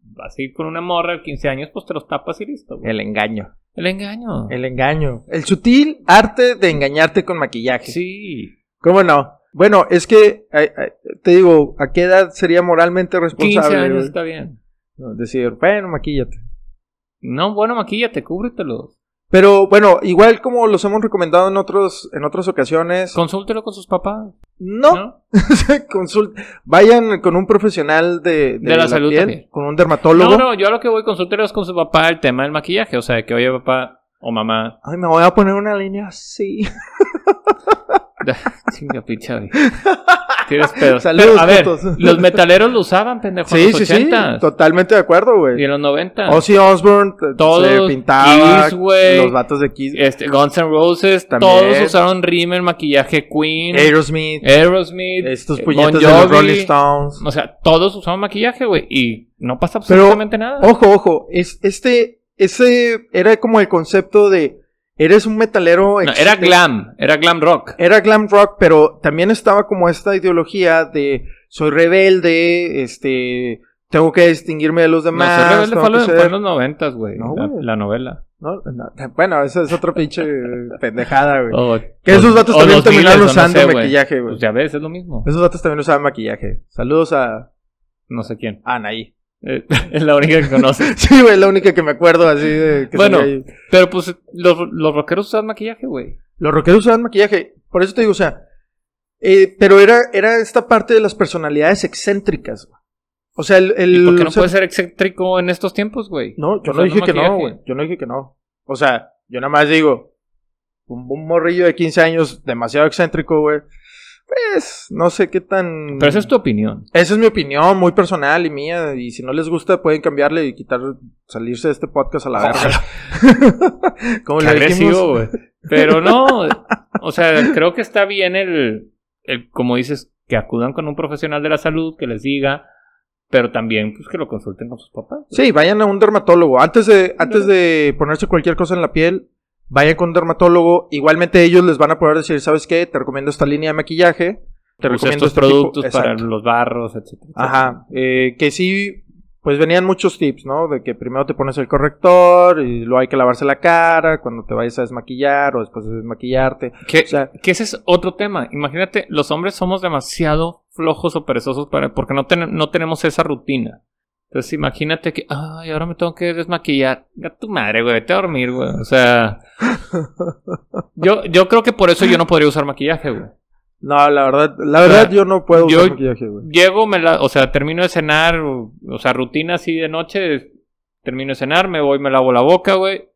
Speaker 2: vas a ir con una morra de 15 años, pues te los tapas y listo, güey.
Speaker 1: El engaño.
Speaker 2: El engaño.
Speaker 1: El engaño. El sutil arte de engañarte con maquillaje.
Speaker 2: Sí.
Speaker 1: ¿Cómo no? Bueno, es que, ay, ay, te digo, ¿a qué edad sería moralmente
Speaker 2: 15
Speaker 1: responsable?
Speaker 2: años
Speaker 1: pues, güey?
Speaker 2: está bien.
Speaker 1: No, Decir, bueno, maquíllate.
Speaker 2: No, bueno, maquillate, cúbretelos.
Speaker 1: Pero bueno, igual como los hemos recomendado en otros en otras ocasiones,
Speaker 2: Consúltelo con sus papás.
Speaker 1: no,
Speaker 2: ¿no?
Speaker 1: consult- vayan con un profesional de,
Speaker 2: De la salud
Speaker 1: piel,
Speaker 2: también.
Speaker 1: con un dermatólogo.
Speaker 2: No, no, yo a lo que voy consulteros con su papá el tema del maquillaje. O sea, que oye, papá o mamá.
Speaker 1: Ay, me voy a poner una línea así.
Speaker 2: Chinga picha, güey. Tienes pedos.
Speaker 1: Saludos,
Speaker 2: Pero, a ver,
Speaker 1: putos.
Speaker 2: los metaleros lo usaban, pendejo.
Speaker 1: sí,
Speaker 2: en los
Speaker 1: sí, Oh, sí,
Speaker 2: 80s
Speaker 1: totalmente de acuerdo,
Speaker 2: Y
Speaker 1: güey.
Speaker 2: en los 90.
Speaker 1: Ozzy Osbourne t- se
Speaker 2: Todos,
Speaker 1: pintaba
Speaker 2: Kiss, güey.
Speaker 1: los vatos de Kiss,
Speaker 2: este, Guns N' Roses,
Speaker 1: También.
Speaker 2: todos usaron rímel, maquillaje Queen,
Speaker 1: Aerosmith,
Speaker 2: Aerosmith,
Speaker 1: estos
Speaker 2: eh,
Speaker 1: puñetes
Speaker 2: Bon
Speaker 1: de los
Speaker 2: Jovi.
Speaker 1: Rolling Stones.
Speaker 2: O sea, todos usaban maquillaje, güey. Y no pasa
Speaker 1: Pero- oh,
Speaker 2: absolutamente nada.
Speaker 1: Ojo, ojo, es, este ese era como el concepto de eres un metalero
Speaker 2: No, era
Speaker 1: existe-
Speaker 2: glam, era glam rock.
Speaker 1: era glam rock, pero también estaba como esta ideología de soy rebelde, este, tengo que distinguirme de los
Speaker 2: No,
Speaker 1: demás.
Speaker 2: Ser Rebelde
Speaker 1: tengo
Speaker 2: fue, lo-
Speaker 1: que ser-
Speaker 2: fue en los noventas, güey.
Speaker 1: No,
Speaker 2: la,
Speaker 1: güey.
Speaker 2: la novela.
Speaker 1: ¿no? No, bueno, esa es otra pinche pendejada, güey.
Speaker 2: O-
Speaker 1: que
Speaker 2: Oh, o-
Speaker 1: esos vatos
Speaker 2: o
Speaker 1: también
Speaker 2: los
Speaker 1: terminaron
Speaker 2: miles, o no
Speaker 1: usando
Speaker 2: sé, güey.
Speaker 1: maquillaje, güey.
Speaker 2: Pues ya ves, es lo mismo.
Speaker 1: Esos vatos también usaban maquillaje. Saludos a
Speaker 2: No sé quién.
Speaker 1: a Anaí.
Speaker 2: Eh, es la única que conoce.
Speaker 1: Sí, güey, la única que me acuerdo así de que
Speaker 2: Bueno.
Speaker 1: salía ahí.
Speaker 2: Pero pues los, los rockeros usan maquillaje, güey.
Speaker 1: Los rockeros usaban maquillaje. Por eso te digo, o sea. eh, pero era, era esta parte de las personalidades excéntricas. güey. O sea, el. el-
Speaker 2: ¿Y por qué no
Speaker 1: o sea,
Speaker 2: puede ser excéntrico en estos tiempos, güey?
Speaker 1: no, yo
Speaker 2: o
Speaker 1: no
Speaker 2: sea,
Speaker 1: dije
Speaker 2: no
Speaker 1: que no,
Speaker 2: maquillaje?
Speaker 1: güey. Yo no dije que no. O sea, yo nada más digo. Un, un morrillo de 15 años, demasiado excéntrico, güey. Pues, no sé qué tan.
Speaker 2: Pero esa es tu opinión.
Speaker 1: Esa es mi opinión, muy personal y mía. Y si no les gusta, pueden cambiarle y quitar, salirse de este podcast a la verga. Como
Speaker 2: Qué
Speaker 1: le dijimos.
Speaker 2: agresivo, güey. Pero no, o sea, creo que está bien el, el, como dices, que acudan con un profesional de la salud que les diga, pero también pues que lo consulten con sus papás. güey.
Speaker 1: Sí, vayan a un dermatólogo. Antes de, antes de ponerse cualquier cosa en la piel, vayan con un dermatólogo. Igualmente ellos les van a poder decir, ¿sabes qué? Te recomiendo esta línea de maquillaje. Te
Speaker 2: Usa
Speaker 1: recomiendo
Speaker 2: estos
Speaker 1: este
Speaker 2: productos
Speaker 1: tipo-
Speaker 2: para
Speaker 1: Exacto.
Speaker 2: los barros, etcétera.
Speaker 1: Ajá. Eh, que sí, pues venían muchos tips, ¿no? De que primero te pones el corrector y luego hay que lavarse la cara cuando te vayas a desmaquillar o después de desmaquillarte.
Speaker 2: etcétera. Que-
Speaker 1: O sea,
Speaker 2: Que ese es otro tema. Imagínate, los hombres somos demasiado flojos o perezosos para, porque no, ten- no tenemos esa rutina. Entonces imagínate que, ay, ahora me tengo que desmaquillar. Ya tu madre, güey, vete a dormir, güey. O sea, yo, yo creo que por eso yo no podría usar maquillaje, güey.
Speaker 1: no, la verdad, la verdad
Speaker 2: sea,
Speaker 1: yo no puedo
Speaker 2: yo-
Speaker 1: usar maquillaje, güey.
Speaker 2: Llego, me la, o sea, termino de cenar, o, o sea, rutina así de noche, termino de cenar, me voy, me lavo la boca, güey,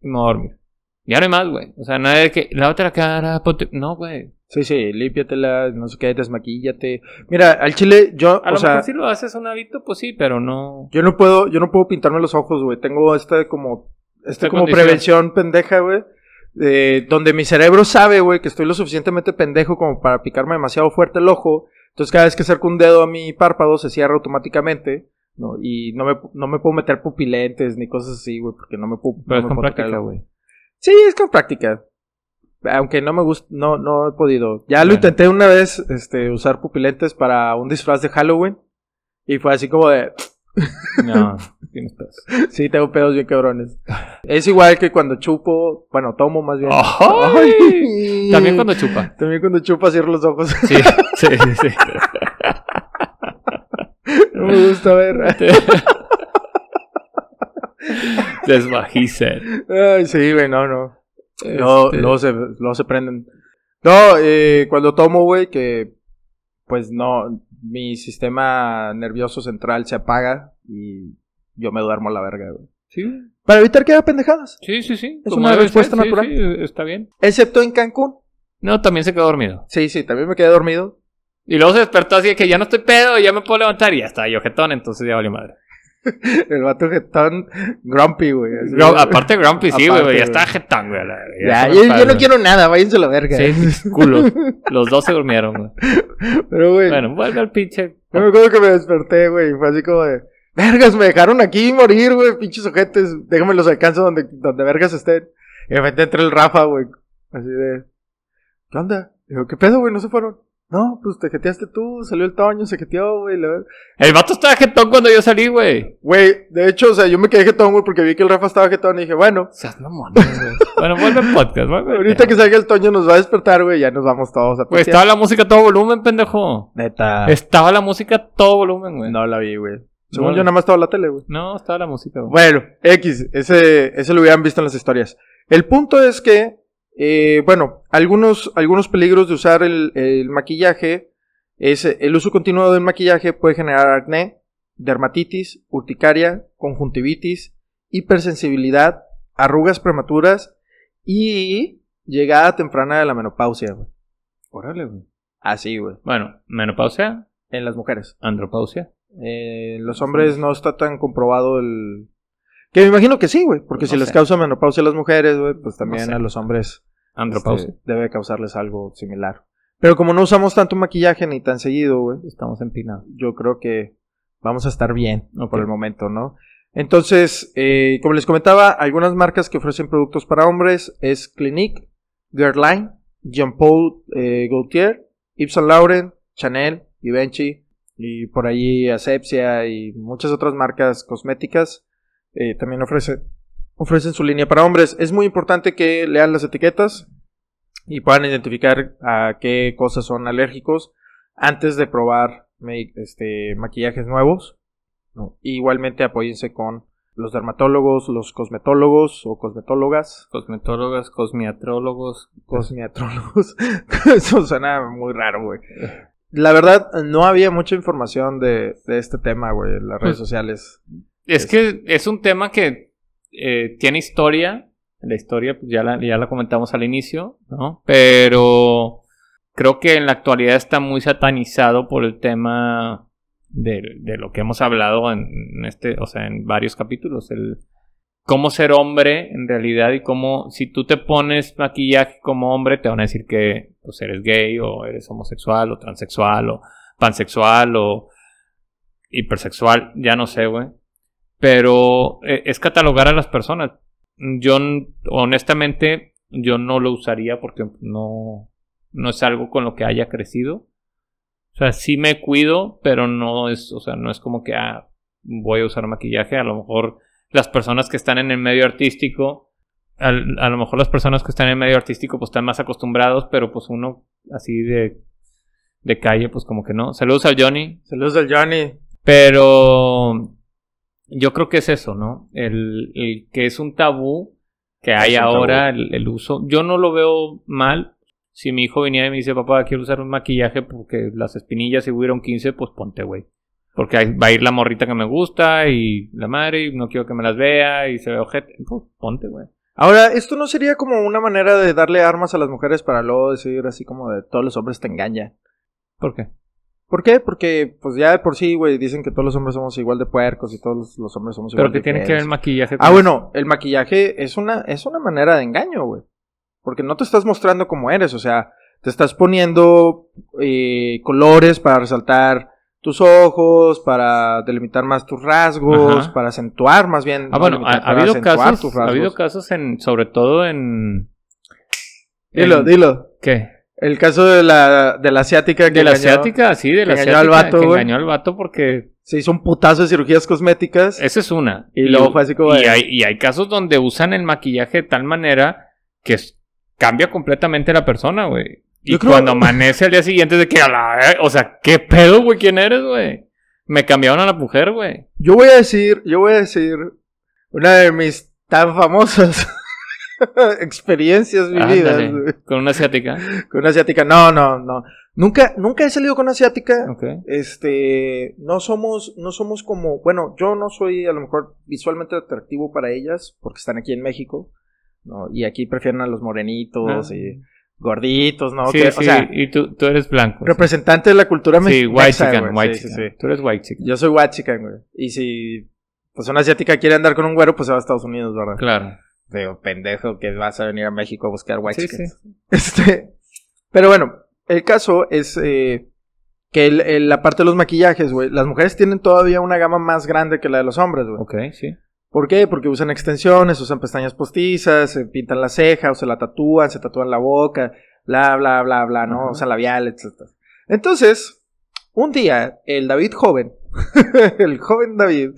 Speaker 2: y me voy a dormir. Ya no hay más, güey. O sea, nada de que, lávate la cara, ponte... No, güey.
Speaker 1: Sí, sí, límpiatela, no sé qué, desmaquillate. Mira, al chile yo,
Speaker 2: A
Speaker 1: o
Speaker 2: lo
Speaker 1: sea,
Speaker 2: mejor si lo haces un hábito, pues sí, pero no.
Speaker 1: Yo no puedo, yo no puedo pintarme los ojos, güey. Tengo esta como, esta
Speaker 2: Esta
Speaker 1: como
Speaker 2: condición.
Speaker 1: prevención pendeja, güey. eh, donde mi cerebro sabe, güey, que estoy lo suficientemente pendejo como para picarme demasiado fuerte el ojo. Entonces cada vez que acerco un dedo a mi párpado se cierra automáticamente. ¿no? Y no me, no me puedo meter pupilentes ni cosas así, güey, porque no me puedo... no
Speaker 2: Pero es
Speaker 1: me
Speaker 2: con
Speaker 1: puedo tocar el
Speaker 2: práctica,
Speaker 1: ojo.
Speaker 2: güey.
Speaker 1: Sí, es con práctica. Aunque no me gusta, no, no he podido. Ya lo
Speaker 2: Bueno.
Speaker 1: intenté una vez, este, usar pupilentes para un disfraz de Halloween. Y fue así como de...
Speaker 2: No, tienes pedos.
Speaker 1: Sí, tengo pedos bien cabrones. Es igual que cuando chupo, bueno, tomo más bien.
Speaker 2: ¡Ay! También cuando chupa.
Speaker 1: También cuando chupa cierro los ojos.
Speaker 2: Sí, sí, sí.
Speaker 1: me gusta ver.
Speaker 2: That's what he said.
Speaker 1: Ay, sí, güey, no, no. No,
Speaker 2: Este,
Speaker 1: no se, no se prenden. No, eh, cuando tomo, güey, que pues no, mi sistema nervioso central se apaga y yo me duermo a la verga, güey.
Speaker 2: Sí,
Speaker 1: Para evitar que haga pendejadas.
Speaker 2: sí, sí. sí.
Speaker 1: Es
Speaker 2: como
Speaker 1: una
Speaker 2: debe
Speaker 1: respuesta
Speaker 2: ser, sí,
Speaker 1: natural.
Speaker 2: sí, está bien.
Speaker 1: Excepto en Cancún.
Speaker 2: No, también se quedó dormido.
Speaker 1: Sí, sí, también me quedé dormido.
Speaker 2: Y luego se despertó así de que ya no estoy pedo, ya me puedo levantar. Y ya está, yo jetón, entonces ya valió madre.
Speaker 1: El vato que tan grumpy, güey. así,
Speaker 2: Gru-
Speaker 1: güey.
Speaker 2: aparte Grumpy, sí,
Speaker 1: Aparte,
Speaker 2: güey, ya
Speaker 1: güey.
Speaker 2: está jetón, güey. a la verga,
Speaker 1: Ya,
Speaker 2: está
Speaker 1: yo,
Speaker 2: mal
Speaker 1: yo
Speaker 2: padre.
Speaker 1: no quiero nada, váyanse a la verga.
Speaker 2: Sí, mis culos. Los dos se durmieron, güey.
Speaker 1: Pero, güey,
Speaker 2: Bueno, vuelve al pinche.
Speaker 1: yo me acuerdo que me desperté, güey, y fue así como de... Vergas, me dejaron aquí morir, güey, pinches ojetes. Déjame los alcanzo donde, donde vergas estén. Y de repente entra el Rafa, güey, así de... ¿Qué onda? Digo, ¿qué pedo, güey? ¿No se fueron? No, pues te jeteaste tú, salió el Toño, se jeteó, güey. la ver-
Speaker 2: El vato estaba jetón cuando yo salí, güey.
Speaker 1: Güey, de hecho, o sea, yo me quedé jetón, güey, porque vi que el Rafa estaba jetón y dije, bueno...
Speaker 2: O sea, no mames, güey. Bueno, vuelve al podcast, vuelve.
Speaker 1: Ahorita que salga el Toño nos va a despertar, güey, ya nos vamos todos a
Speaker 2: Güey,
Speaker 1: pistear.
Speaker 2: estaba la música a todo volumen, pendejo.
Speaker 1: Neta.
Speaker 2: Estaba la música a todo volumen, güey. No.
Speaker 1: No la vi, güey. Según
Speaker 2: No la-
Speaker 1: yo, nada más estaba la tele, güey.
Speaker 2: estaba la música, güey.
Speaker 1: Bueno, X, ese, ese lo hubieran visto en las historias. El punto es que, eh, bueno, algunos, algunos peligros de usar el, el maquillaje es eh, el uso continuo del maquillaje puede generar acné, dermatitis, urticaria, conjuntivitis, hipersensibilidad, arrugas prematuras y llegada temprana de la menopausia, güey.
Speaker 2: Órale, güey.
Speaker 1: Así, güey.
Speaker 2: Bueno, menopausia,
Speaker 1: En las mujeres.
Speaker 2: andropausia.
Speaker 1: Eh, los hombres no está tan comprobado el... Que me imagino que sí, güey, porque
Speaker 2: Pues
Speaker 1: si
Speaker 2: no
Speaker 1: les
Speaker 2: sé.
Speaker 1: causa menopausia a las mujeres, güey, pues también
Speaker 2: sé.
Speaker 1: a los hombres
Speaker 2: Andropausia.
Speaker 1: este, debe causarles algo similar. Pero como no usamos tanto maquillaje ni tan seguido, güey,
Speaker 2: Estamos empinados.
Speaker 1: yo creo que vamos a estar bien
Speaker 2: Ok.
Speaker 1: por el momento, ¿no? Entonces, eh, como les comentaba, algunas marcas que ofrecen productos para hombres es Clinique, Guerlain, Jean Paul eh, Gaultier, Yves Saint Laurent, Chanel, Givenchy y por ahí Asepsia y muchas otras marcas cosméticas eh, también ofrecen ofrecen su línea para hombres. Es muy importante que lean las etiquetas y puedan identificar a qué cosas son alérgicos antes de probar me- este, maquillajes nuevos. ¿no? Igualmente apóyense con los dermatólogos, los cosmetólogos o cosmetólogas.
Speaker 2: Cosmetólogas, cosmiatrólogos.
Speaker 1: Cosmeatrólogos. Eso suena muy raro, güey. La verdad, no había mucha información de, de este tema, güey, en las redes
Speaker 2: Pues-
Speaker 1: sociales.
Speaker 2: Es que es un tema que eh, tiene historia. La historia pues, ya la, ya la comentamos al inicio, ¿no? Pero creo que en la actualidad está muy satanizado por el tema de, de lo que hemos hablado en, en este, o sea, en varios capítulos. El cómo ser hombre en realidad y cómo si tú te pones maquillaje como hombre te van a decir que pues eres gay o eres homosexual o transexual o pansexual o hipersexual, ya no sé, güey pero eh, es catalogar a las personas. Yo n- honestamente yo no lo usaría porque no no es algo con lo que haya crecido. O sea, sí me cuido, pero no es, o sea, no es como que ah, voy a usar maquillaje, a lo mejor las personas que están en el medio artístico al- a lo mejor las personas que están en el medio artístico pues están más acostumbrados, pero pues uno así de de calle pues como que no. Saludos al Johnny,
Speaker 1: Saludos al Johnny.
Speaker 2: pero yo creo que es eso, ¿no? El, el que es un tabú que hay
Speaker 1: un
Speaker 2: ahora el, el uso. Yo no lo veo mal. Si mi hijo venía y me dice, papá, quiero usar un maquillaje porque las espinillas si hubieron 15, pues ponte, güey. Porque ahí va a ir la morrita que me gusta y la madre y no quiero que me las vea y se ve ojete. Pues ponte, güey.
Speaker 1: Ahora, ¿esto no sería como una manera de darle armas a las mujeres para luego decir así como de todos los hombres te engañan?
Speaker 2: ¿Por qué?
Speaker 1: ¿Por qué? Porque pues ya de por sí, güey, dicen que todos los hombres somos igual de puercos y todos los- los hombres somos igual
Speaker 2: Pero
Speaker 1: de
Speaker 2: que tiene que ver el
Speaker 1: feos.
Speaker 2: maquillaje
Speaker 1: Ah, bueno, el maquillaje es una, es una manera de engaño, güey. Porque no te estás mostrando como eres, o sea, te estás poniendo eh, colores para resaltar tus ojos, para delimitar más tus rasgos,
Speaker 2: Ajá.
Speaker 1: para acentuar más bien.
Speaker 2: Ah,
Speaker 1: no
Speaker 2: bueno, ha,
Speaker 1: delimitar,
Speaker 2: ha
Speaker 1: para
Speaker 2: habido
Speaker 1: acentuar
Speaker 2: casos,
Speaker 1: tus
Speaker 2: ha habido
Speaker 1: rasgos.
Speaker 2: casos en, sobre todo en...
Speaker 1: Dilo,
Speaker 2: en-
Speaker 1: dilo.
Speaker 2: ¿Qué?
Speaker 1: El caso de la, de la asiática que
Speaker 2: De la
Speaker 1: engañó-
Speaker 2: asiática, sí, de la
Speaker 1: que
Speaker 2: asiática.
Speaker 1: engañó al vato,
Speaker 2: que
Speaker 1: güey.
Speaker 2: engañó al vato porque
Speaker 1: se hizo un putazo de cirugías cosméticas.
Speaker 2: esa es una.
Speaker 1: Y luego fue así como
Speaker 2: y
Speaker 1: de-
Speaker 2: hay, y hay casos donde usan el maquillaje de tal manera que es- cambia completamente la persona, güey. Y
Speaker 1: Yo creo-
Speaker 2: cuando amanece al día siguiente es de que a la... ver- O sea, ¿qué pedo, güey? ¿Quién eres, güey? Me cambiaron a la mujer, güey.
Speaker 1: Yo voy a decir, yo voy a decir una de mis tan famosas experiencias vividas
Speaker 2: Ándale,
Speaker 1: güey,
Speaker 2: Con una asiática.
Speaker 1: con una asiática. No, no, no. Nunca, nunca he salido con una asiática.
Speaker 2: Ok.
Speaker 1: Este, no somos, no somos como, bueno, yo no soy a lo mejor visualmente atractivo para ellas porque están aquí en México, ¿no? Y aquí prefieren a los morenitos
Speaker 2: Ah.
Speaker 1: y gorditos, ¿no?
Speaker 2: sí,
Speaker 1: Que-
Speaker 2: sí.
Speaker 1: Oh, O sea,
Speaker 2: y tú, tú eres blanco. sí.
Speaker 1: representante de la cultura
Speaker 2: Sí,
Speaker 1: mexicana.
Speaker 2: white chicken, white
Speaker 1: sí,
Speaker 2: chicken.
Speaker 1: sí.
Speaker 2: Tú eres white chicken.
Speaker 1: Yo soy huachican, güey. Y si pues una asiática quiere andar con un güero, pues se va a Estados Unidos, ¿verdad?
Speaker 2: Claro.
Speaker 1: Digo, pendejo, que vas a venir a México a buscar
Speaker 2: Sí,
Speaker 1: huachicas.
Speaker 2: sí.
Speaker 1: Este, pero bueno, el caso es eh, que el- el- la parte de los maquillajes, güey, las mujeres tienen todavía una gama más grande que la de los hombres, güey.
Speaker 2: Ok, sí.
Speaker 1: ¿Por qué? Porque usan extensiones, usan pestañas postizas, se pintan la ceja, o se la tatúan, se tatúan la boca, bla, bla, bla, bla, ¿no?
Speaker 2: Ajá.
Speaker 1: Usan labial, etc. Entonces, un día, el David joven, el joven David,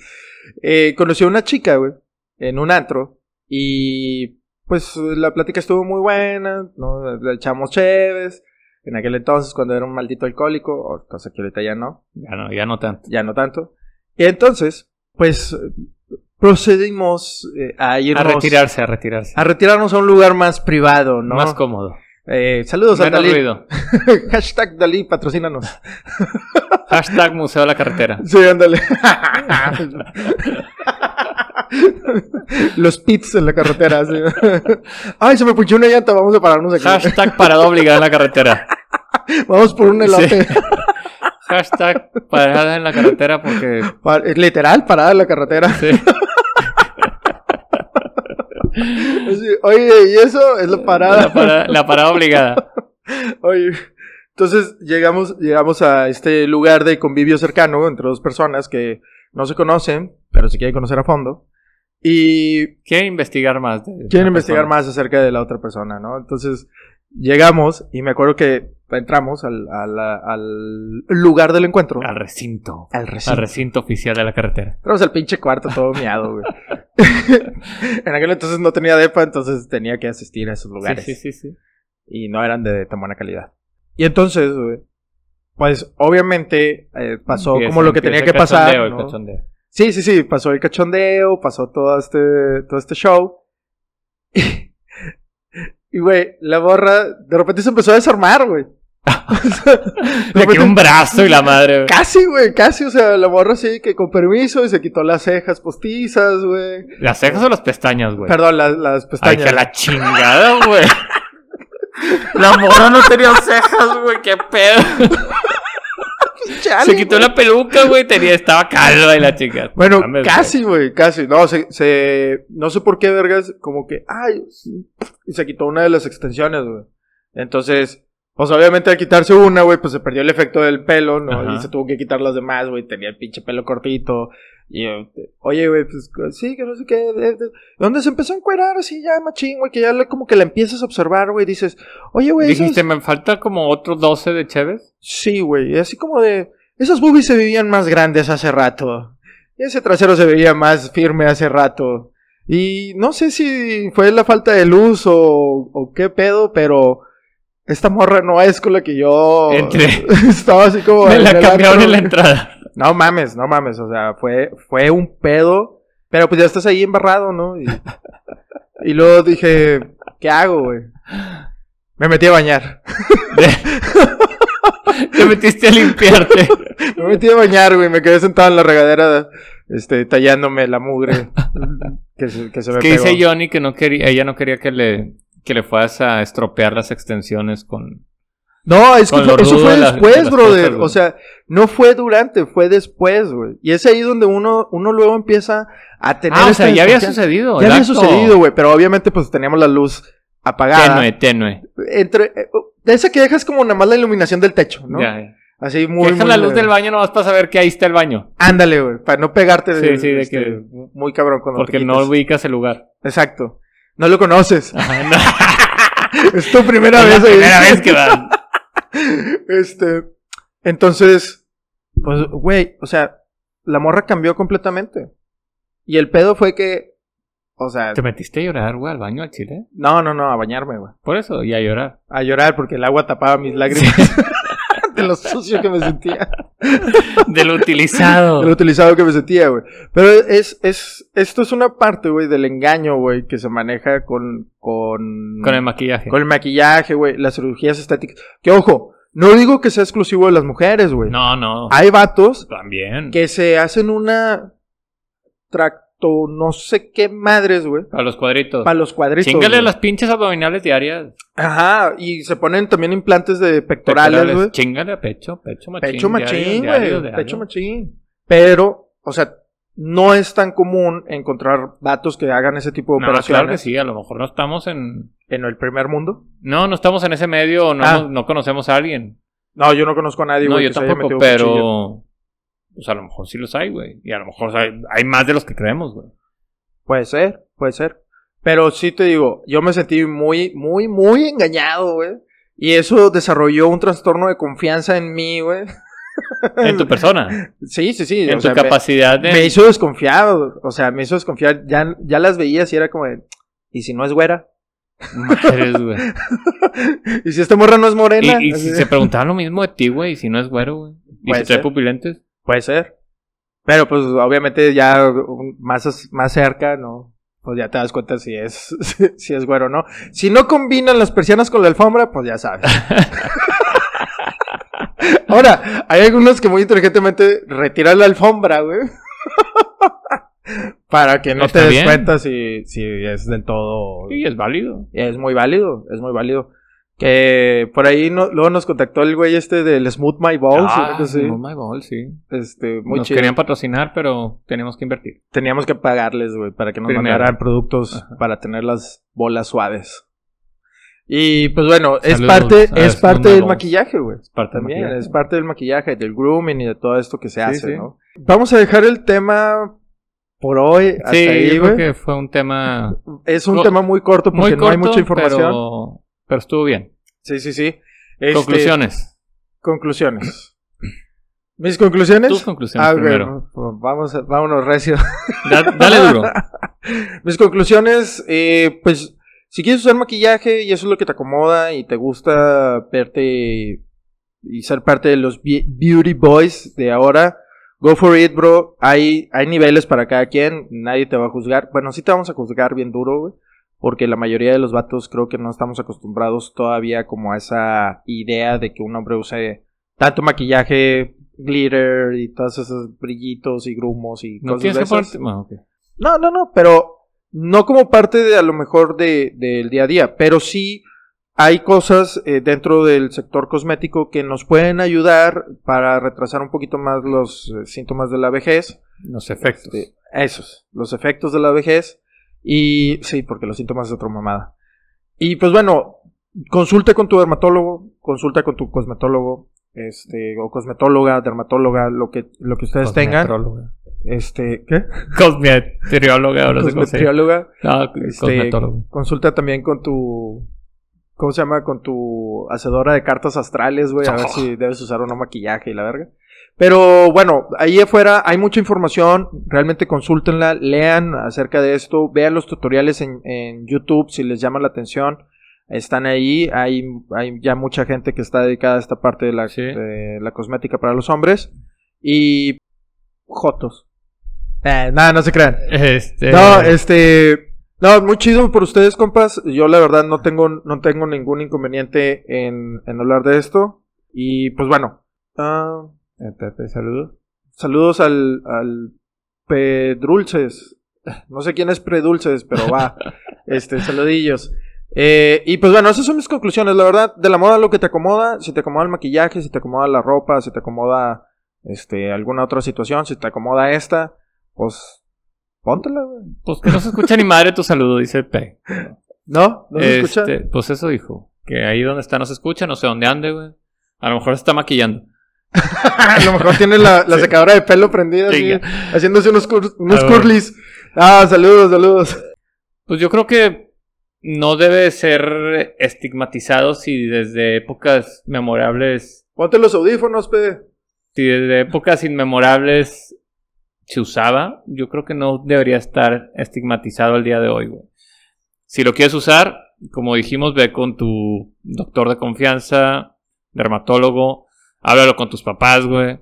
Speaker 1: eh, conoció a una chica, güey, en un antro, y pues la plática estuvo muy buena, ¿no? Le echamos chéves, en aquel entonces cuando era un maldito alcohólico, o cosa que ahorita ya no
Speaker 2: Ya no, ya no tanto.
Speaker 1: ya no tanto. Y entonces, pues procedimos eh, a irnos
Speaker 2: A retirarse, a retirarse.
Speaker 1: a retirarnos a un lugar más privado, Ah, ¿no?
Speaker 2: Más cómodo.
Speaker 1: Eh, saludos a
Speaker 2: Menos
Speaker 1: Dalí.
Speaker 2: ruido.
Speaker 1: Hashtag Dalí, patrocínanos.
Speaker 2: Hashtag Museo de la Carretera.
Speaker 1: Sí, ándale. Los pits en la carretera. sí. Ay, se me puchó una llanta, vamos a pararnos aquí.
Speaker 2: Hashtag parada obligada en la carretera.
Speaker 1: Vamos por un elote.
Speaker 2: Hashtag parada en la carretera porque...
Speaker 1: Pa- Literal, parada en la carretera.
Speaker 2: Sí.
Speaker 1: Así, Oye, y eso es la parada.
Speaker 2: La parada, la parada obligada.
Speaker 1: Oye, entonces llegamos, llegamos a este lugar de convivio cercano entre dos personas que no se conocen, pero se quieren conocer a fondo. Y
Speaker 2: Quieren investigar más. de
Speaker 1: quieren
Speaker 2: la
Speaker 1: investigar
Speaker 2: persona.
Speaker 1: más acerca de la otra persona, ¿no? Entonces llegamos y me acuerdo que entramos al, a la- al lugar del encuentro.
Speaker 2: Al recinto.
Speaker 1: Al
Speaker 2: Al
Speaker 1: recinto.
Speaker 2: recinto oficial de la carretera.
Speaker 1: Entramos al pinche cuarto todo miado, güey. en aquel entonces no tenía depa, entonces tenía que asistir a esos lugares.
Speaker 2: Sí, sí, sí, sí.
Speaker 1: y no eran de tan buena calidad. Y entonces, güey, pues obviamente eh, pasó
Speaker 2: Empieza-
Speaker 1: como lo que tenía
Speaker 2: empieza
Speaker 1: que
Speaker 2: el cachondeo,
Speaker 1: pasar.
Speaker 2: el
Speaker 1: ¿no?
Speaker 2: cachondeo.
Speaker 1: Sí, sí, sí, pasó el cachondeo, pasó todo este, todo este show. y, güey, la borra de repente se empezó a desarmar, güey. O sea, de
Speaker 2: Le
Speaker 1: repente-
Speaker 2: quedó un brazo y la madre. güey.
Speaker 1: Casi, güey, casi, o sea, la borra así que con permiso y se quitó las cejas postizas, güey.
Speaker 2: ¿Las cejas o las pestañas, güey?
Speaker 1: Perdón, las, las
Speaker 2: Ay,
Speaker 1: pestañas.
Speaker 2: que la chingada, güey. La mora no tenía cejas, güey. Qué pedo.
Speaker 1: Chale,
Speaker 2: Se quitó
Speaker 1: güey.
Speaker 2: la peluca, güey. Tenía, estaba calva y la chica.
Speaker 1: Bueno,
Speaker 2: Mames,
Speaker 1: casi, güey, casi. No, se, se- No sé por qué, vergas, como que. Ay, sí, y se quitó una de las extensiones, güey. Entonces, pues obviamente al quitarse una, güey, pues se perdió el efecto del pelo, ¿no?
Speaker 2: Ajá.
Speaker 1: Y se tuvo que quitar las demás, güey. Tenía el pinche pelo cortito. Y, eh, oye, güey, pues sí, que no sé qué. de- de- ¿Dónde se empezó a encuerar así ya, machín, güey? Que ya le- como que la empiezas a observar, güey. Dices, oye, güey, esas-
Speaker 2: Dijiste, me falta como otro 12 de Chévez.
Speaker 1: Sí, güey, así como de... Esas boobies se vivían más grandes hace rato. Ese trasero se veía más firme hace rato. Y no sé si fue la falta de luz o, o qué pedo, pero... Esta morra no es con la que yo...
Speaker 2: Entré.
Speaker 1: Estaba así como...
Speaker 2: Me
Speaker 1: en
Speaker 2: la
Speaker 1: el
Speaker 2: cambiaron
Speaker 1: antro.
Speaker 2: en la entrada.
Speaker 1: No mames, no mames, o sea, fue, fue un pedo, pero pues ya estás ahí embarrado, ¿no? Y, y luego dije, ¿qué hago, güey? Me metí a bañar.
Speaker 2: Te metiste a limpiarte.
Speaker 1: Me metí a bañar, güey. Me quedé sentado en la regadera, este, tallándome la mugre que se, que se me
Speaker 2: que
Speaker 1: pegó.
Speaker 2: dice Johnny que no quería, ella no quería que le, que le fueras a estropear las extensiones con...
Speaker 1: No, es que
Speaker 2: Con
Speaker 1: fue-
Speaker 2: lo
Speaker 1: eso
Speaker 2: rudo
Speaker 1: fue
Speaker 2: de las-
Speaker 1: después,
Speaker 2: de las
Speaker 1: brother.
Speaker 2: cosas, güey.
Speaker 1: o sea, no fue durante, fue después, güey. Y es ahí donde uno, uno luego empieza a tener.
Speaker 2: Ah, o
Speaker 1: esta
Speaker 2: sea, ya había
Speaker 1: desconfianza.
Speaker 2: sucedido.
Speaker 1: Ya
Speaker 2: el
Speaker 1: había
Speaker 2: acto.
Speaker 1: sucedido, güey. Ah. Pero obviamente, pues teníamos la luz apagada.
Speaker 2: Tenue, tenue.
Speaker 1: Entre, eh, de esa que dejas como nada más la iluminación del techo, ¿no?
Speaker 2: Ya, ya.
Speaker 1: Así muy.
Speaker 2: Deja
Speaker 1: muy
Speaker 2: la
Speaker 1: leve.
Speaker 2: luz del baño nomás para saber que ahí está el baño.
Speaker 1: Ándale, güey. Para no pegarte.
Speaker 2: Sí, sí, de
Speaker 1: este,
Speaker 2: que-
Speaker 1: Muy cabrón cuando
Speaker 2: Porque
Speaker 1: te
Speaker 2: no
Speaker 1: quitas.
Speaker 2: ubicas el lugar.
Speaker 1: Exacto. No lo conoces.
Speaker 2: Ajá, no.
Speaker 1: Es tu primera vez.
Speaker 2: Es la
Speaker 1: ahí.
Speaker 2: primera vez que van.
Speaker 1: Este. Entonces. Pues, güey, o sea, la morra cambió completamente. Y el pedo fue que. O sea.
Speaker 2: ¿Te metiste a llorar, güey, al baño al chile?
Speaker 1: No, no, no, a bañarme, güey.
Speaker 2: Por eso, y a llorar.
Speaker 1: A llorar porque el agua tapaba mis lágrimas. De lo sucio que me sentía.
Speaker 2: de lo utilizado.
Speaker 1: Lo utilizado que me sentía, güey. Pero es, es, esto es una parte, güey, del engaño, güey, que se maneja con, con,
Speaker 2: Con el maquillaje.
Speaker 1: con el maquillaje, güey, las cirugías estéticas. Que ojo, no digo que sea exclusivo de las mujeres, güey.
Speaker 2: No, no.
Speaker 1: Hay vatos
Speaker 2: También.
Speaker 1: que se hacen una tracto, no sé qué madres, güey,
Speaker 2: A los cuadritos.
Speaker 1: para los cuadritos.
Speaker 2: Chingale
Speaker 1: güey.
Speaker 2: las pinches abdominales diarias.
Speaker 1: Ajá, y se ponen también implantes de pectorales, güey.
Speaker 2: Chingale a pecho, pecho machín.
Speaker 1: Pecho machín,
Speaker 2: diario, diario,
Speaker 1: güey.
Speaker 2: diario.
Speaker 1: Pecho machín. Pero, o sea, no es tan común encontrar vatos que hagan ese tipo de
Speaker 2: No,
Speaker 1: operaciones
Speaker 2: claro que sí, a lo mejor no estamos en...
Speaker 1: en el primer mundo.
Speaker 2: No, no estamos en ese medio o no,
Speaker 1: Ah.
Speaker 2: hemos- no conocemos a alguien.
Speaker 1: No, yo no conozco a nadie,
Speaker 2: no,
Speaker 1: güey,
Speaker 2: yo
Speaker 1: que se haya
Speaker 2: tampoco,
Speaker 1: metido cuchillo.
Speaker 2: pero... Pues a lo mejor sí los hay, güey. Y a lo mejor hay, hay más de los que creemos, güey.
Speaker 1: Puede ser, puede ser. Pero sí te digo, yo me sentí muy, muy, muy engañado, güey. Y eso desarrolló un trastorno de confianza en mí, güey.
Speaker 2: En tu persona,
Speaker 1: Sí, sí, sí.
Speaker 2: en
Speaker 1: o
Speaker 2: tu
Speaker 1: sea, me-
Speaker 2: capacidad de...
Speaker 1: Me hizo desconfiado, o sea, me hizo desconfiar. Ya, ya las veías y era como de, ¿y si no es güera?
Speaker 2: Madres, güey.
Speaker 1: ¿Y si esta morra no es morena?
Speaker 2: Y, y
Speaker 1: Así
Speaker 2: si
Speaker 1: de-
Speaker 2: se preguntaban lo mismo de ti, güey, y si no es güero, güey. Y
Speaker 1: Puede
Speaker 2: si trae
Speaker 1: ser.
Speaker 2: pupilentes.
Speaker 1: Puede ser. Pero pues obviamente ya un- más, as- más cerca, ¿no? Pues ya te das cuenta si es, si, si es güero o no. Si no combinan las persianas con la alfombra, pues ya sabes. Ahora, hay algunos que muy inteligentemente retiran la alfombra, güey. Para que no
Speaker 2: Está
Speaker 1: te des
Speaker 2: bien.
Speaker 1: cuenta si, si es del todo...
Speaker 2: Sí, es válido.
Speaker 1: Es muy válido, es muy válido. Que por ahí no- luego nos contactó el güey este del Smooth My Balls.
Speaker 2: Ah,
Speaker 1: una cosa así.
Speaker 2: Oh my god, sí.
Speaker 1: Este, muy
Speaker 2: Nos
Speaker 1: chido.
Speaker 2: querían patrocinar, pero teníamos que invertir.
Speaker 1: Teníamos que pagarles, güey, para que nos
Speaker 2: Primero.
Speaker 1: mandaran productos
Speaker 2: Ajá.
Speaker 1: para tener las bolas suaves. Y pues bueno, es
Speaker 2: Saludos
Speaker 1: parte,
Speaker 2: a
Speaker 1: es
Speaker 2: Smooth
Speaker 1: parte
Speaker 2: My
Speaker 1: del
Speaker 2: Balls.
Speaker 1: maquillaje, güey.
Speaker 2: Parte del
Speaker 1: También
Speaker 2: maquillaje.
Speaker 1: es parte del maquillaje, del grooming y de todo esto que se
Speaker 2: Sí,
Speaker 1: hace,
Speaker 2: sí.
Speaker 1: ¿no? Vamos a dejar el tema por hoy hasta
Speaker 2: Sí,
Speaker 1: ahí,
Speaker 2: yo creo
Speaker 1: güey.
Speaker 2: que fue un tema
Speaker 1: Es un
Speaker 2: Co-
Speaker 1: tema muy corto porque
Speaker 2: muy corto,
Speaker 1: no hay mucha información.
Speaker 2: Pero, pero estuvo bien.
Speaker 1: Sí, sí, sí. Este,
Speaker 2: Conclusiones.
Speaker 1: Conclusiones. ¿Mis conclusiones?
Speaker 2: Tus conclusiones
Speaker 1: Ah, ok,
Speaker 2: primero.
Speaker 1: no, Vamos, a- vámonos recio.
Speaker 2: Da- dale duro.
Speaker 1: Mis conclusiones, eh, pues, si quieres usar maquillaje y eso es lo que te acomoda y te gusta verte y ser parte de los be- beauty boys de ahora, go for it, bro. Hay, hay niveles para cada quien, nadie te va a juzgar. Bueno, sí te vamos a juzgar bien duro, güey. Porque la mayoría de los vatos creo que no estamos acostumbrados todavía como a esa idea de que un hombre use tanto maquillaje, glitter y todos esos brillitos y grumos y
Speaker 2: No
Speaker 1: cosas
Speaker 2: tienes
Speaker 1: de
Speaker 2: que
Speaker 1: esas.
Speaker 2: ponerte. bueno, ok.
Speaker 1: No, no, no, pero no como parte de a lo mejor de- del día a día, pero sí hay cosas eh, dentro del sector cosmético que nos pueden ayudar para retrasar un poquito más los eh, síntomas de la vejez.
Speaker 2: Los efectos.
Speaker 1: Este, esos, los efectos de la vejez. Y sí, porque los síntomas es otra mamada. Y pues bueno, consulta con tu dermatólogo, consulta con tu cosmetólogo, este, o cosmetóloga, dermatóloga, lo que, lo que ustedes tengan.
Speaker 2: Cosmetóloga.
Speaker 1: Este, ¿qué?
Speaker 2: Cosmetrióloga, ahora se conoce.
Speaker 1: Cosmetrióloga.
Speaker 2: No,
Speaker 1: Este,
Speaker 2: cosmetólogo.
Speaker 1: Consulta también con tu. ¿Cómo se llama? Con tu hacedora de cartas astrales, güey. A ver si debes usar o no maquillaje y la verga. Pero bueno, ahí afuera hay mucha información. Realmente consúltenla, lean acerca de esto. Vean los tutoriales en, en YouTube si les llama la atención. Están ahí. Hay, hay ya mucha gente que está dedicada a esta parte de la,
Speaker 2: Sí.
Speaker 1: de la cosmética para los hombres. Y. Jotos. Eh, nada, no se crean.
Speaker 2: Este.
Speaker 1: No, este. No, muy chido por ustedes, compas. Yo la verdad no tengo, no tengo ningún inconveniente en, en hablar de esto. Y pues bueno. ah,
Speaker 2: Eh, Pepe, saludos.
Speaker 1: saludos al, al Pedrulces. No sé quién es Predulces, pero va. este, saludillos. Eh, y pues bueno, esas son mis conclusiones. La verdad, de la moda lo que te acomoda, si te acomoda el maquillaje, si te acomoda la ropa, si te acomoda este, alguna otra situación, si te acomoda esta, pues póntela, güey.
Speaker 2: Pues que no se escucha ni madre tu saludo, dice Pe.
Speaker 1: ¿No? ¿No se escucha?
Speaker 2: Este, Pues eso dijo. Que ahí donde está no se escucha, no sé dónde ande, güey. A lo mejor se está maquillando.
Speaker 1: A lo mejor tiene la, la secadora de pelo prendida, así,
Speaker 2: Chinga.
Speaker 1: haciéndose unos, cur- unos
Speaker 2: Ah, bueno.
Speaker 1: curlis. Ah, saludos, saludos.
Speaker 2: Pues yo creo que no debe ser estigmatizado si desde épocas memorables,
Speaker 1: Ponte los audífonos, pe.
Speaker 2: si desde épocas inmemorables se usaba, yo creo que no debería estar estigmatizado al día de hoy, güey. Si lo quieres usar, como dijimos, ve con tu doctor de confianza, dermatólogo, háblalo con tus papás, güey.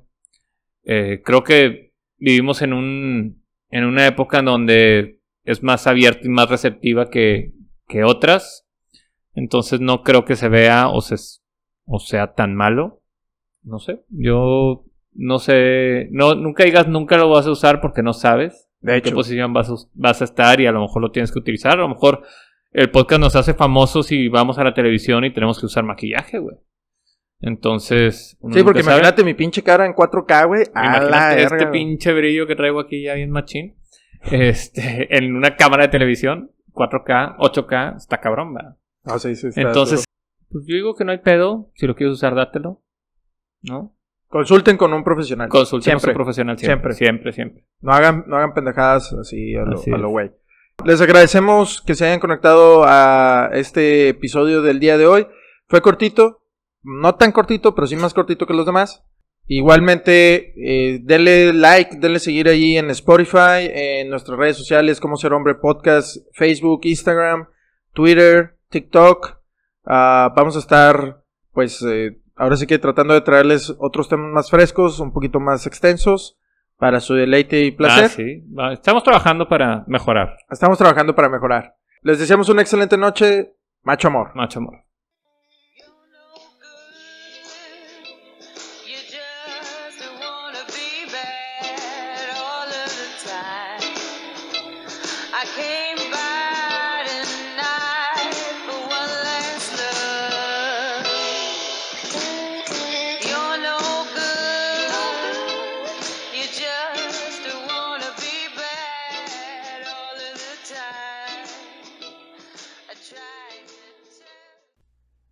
Speaker 2: eh, creo que vivimos en, un, en una época en donde es más abierta y más receptiva que, que otras. Entonces no creo que se vea o, se, o sea tan malo. No sé. Yo no sé. No, nunca digas nunca lo vas a usar porque no sabes
Speaker 1: De
Speaker 2: en qué
Speaker 1: hecho,
Speaker 2: posición vas a, us- vas a estar y a lo mejor lo tienes que utilizar. A lo mejor el podcast nos hace famosos y vamos a la televisión y tenemos que usar maquillaje, güey. Entonces. uno
Speaker 1: sí, porque
Speaker 2: nunca sabe.
Speaker 1: imagínate mi pinche cara en 4K, güey. A la
Speaker 2: Imagínate este
Speaker 1: verga, güey.
Speaker 2: pinche brillo que traigo aquí ya bien machín. Este, en una cámara de televisión, 4K, 8K, está cabrón, va.
Speaker 1: No, Ah, sí, sí, está
Speaker 2: Entonces,
Speaker 1: duro.
Speaker 2: pues yo digo que no hay pedo. Si lo quieres usar, dátelo. ¿No?
Speaker 1: Consulten con un profesional.
Speaker 2: Consultemos a
Speaker 1: Siempre.
Speaker 2: un profesional siempre. Siempre, siempre.
Speaker 1: No hagan, no hagan pendejadas así a lo,
Speaker 2: Así
Speaker 1: a
Speaker 2: es.
Speaker 1: lo güey. Les agradecemos que se hayan conectado a este episodio del día de hoy. Fue cortito, no tan cortito, pero sí más cortito que los demás. Igualmente, eh, denle like, denle seguir allí en Spotify, en nuestras redes sociales, como Ser Hombre Podcast, Facebook, Instagram, Twitter, TikTok. Ah, vamos a estar, pues, eh, ahora sí que tratando de traerles otros temas más frescos, un poquito más extensos, para su deleite y placer.
Speaker 2: Ah, sí. Va, Estamos trabajando para mejorar,
Speaker 1: Estamos trabajando para mejorar. Les deseamos una excelente noche. Macho amor.
Speaker 2: macho amor.
Speaker 4: You're no good. You just wanna be bad all of the time. I came by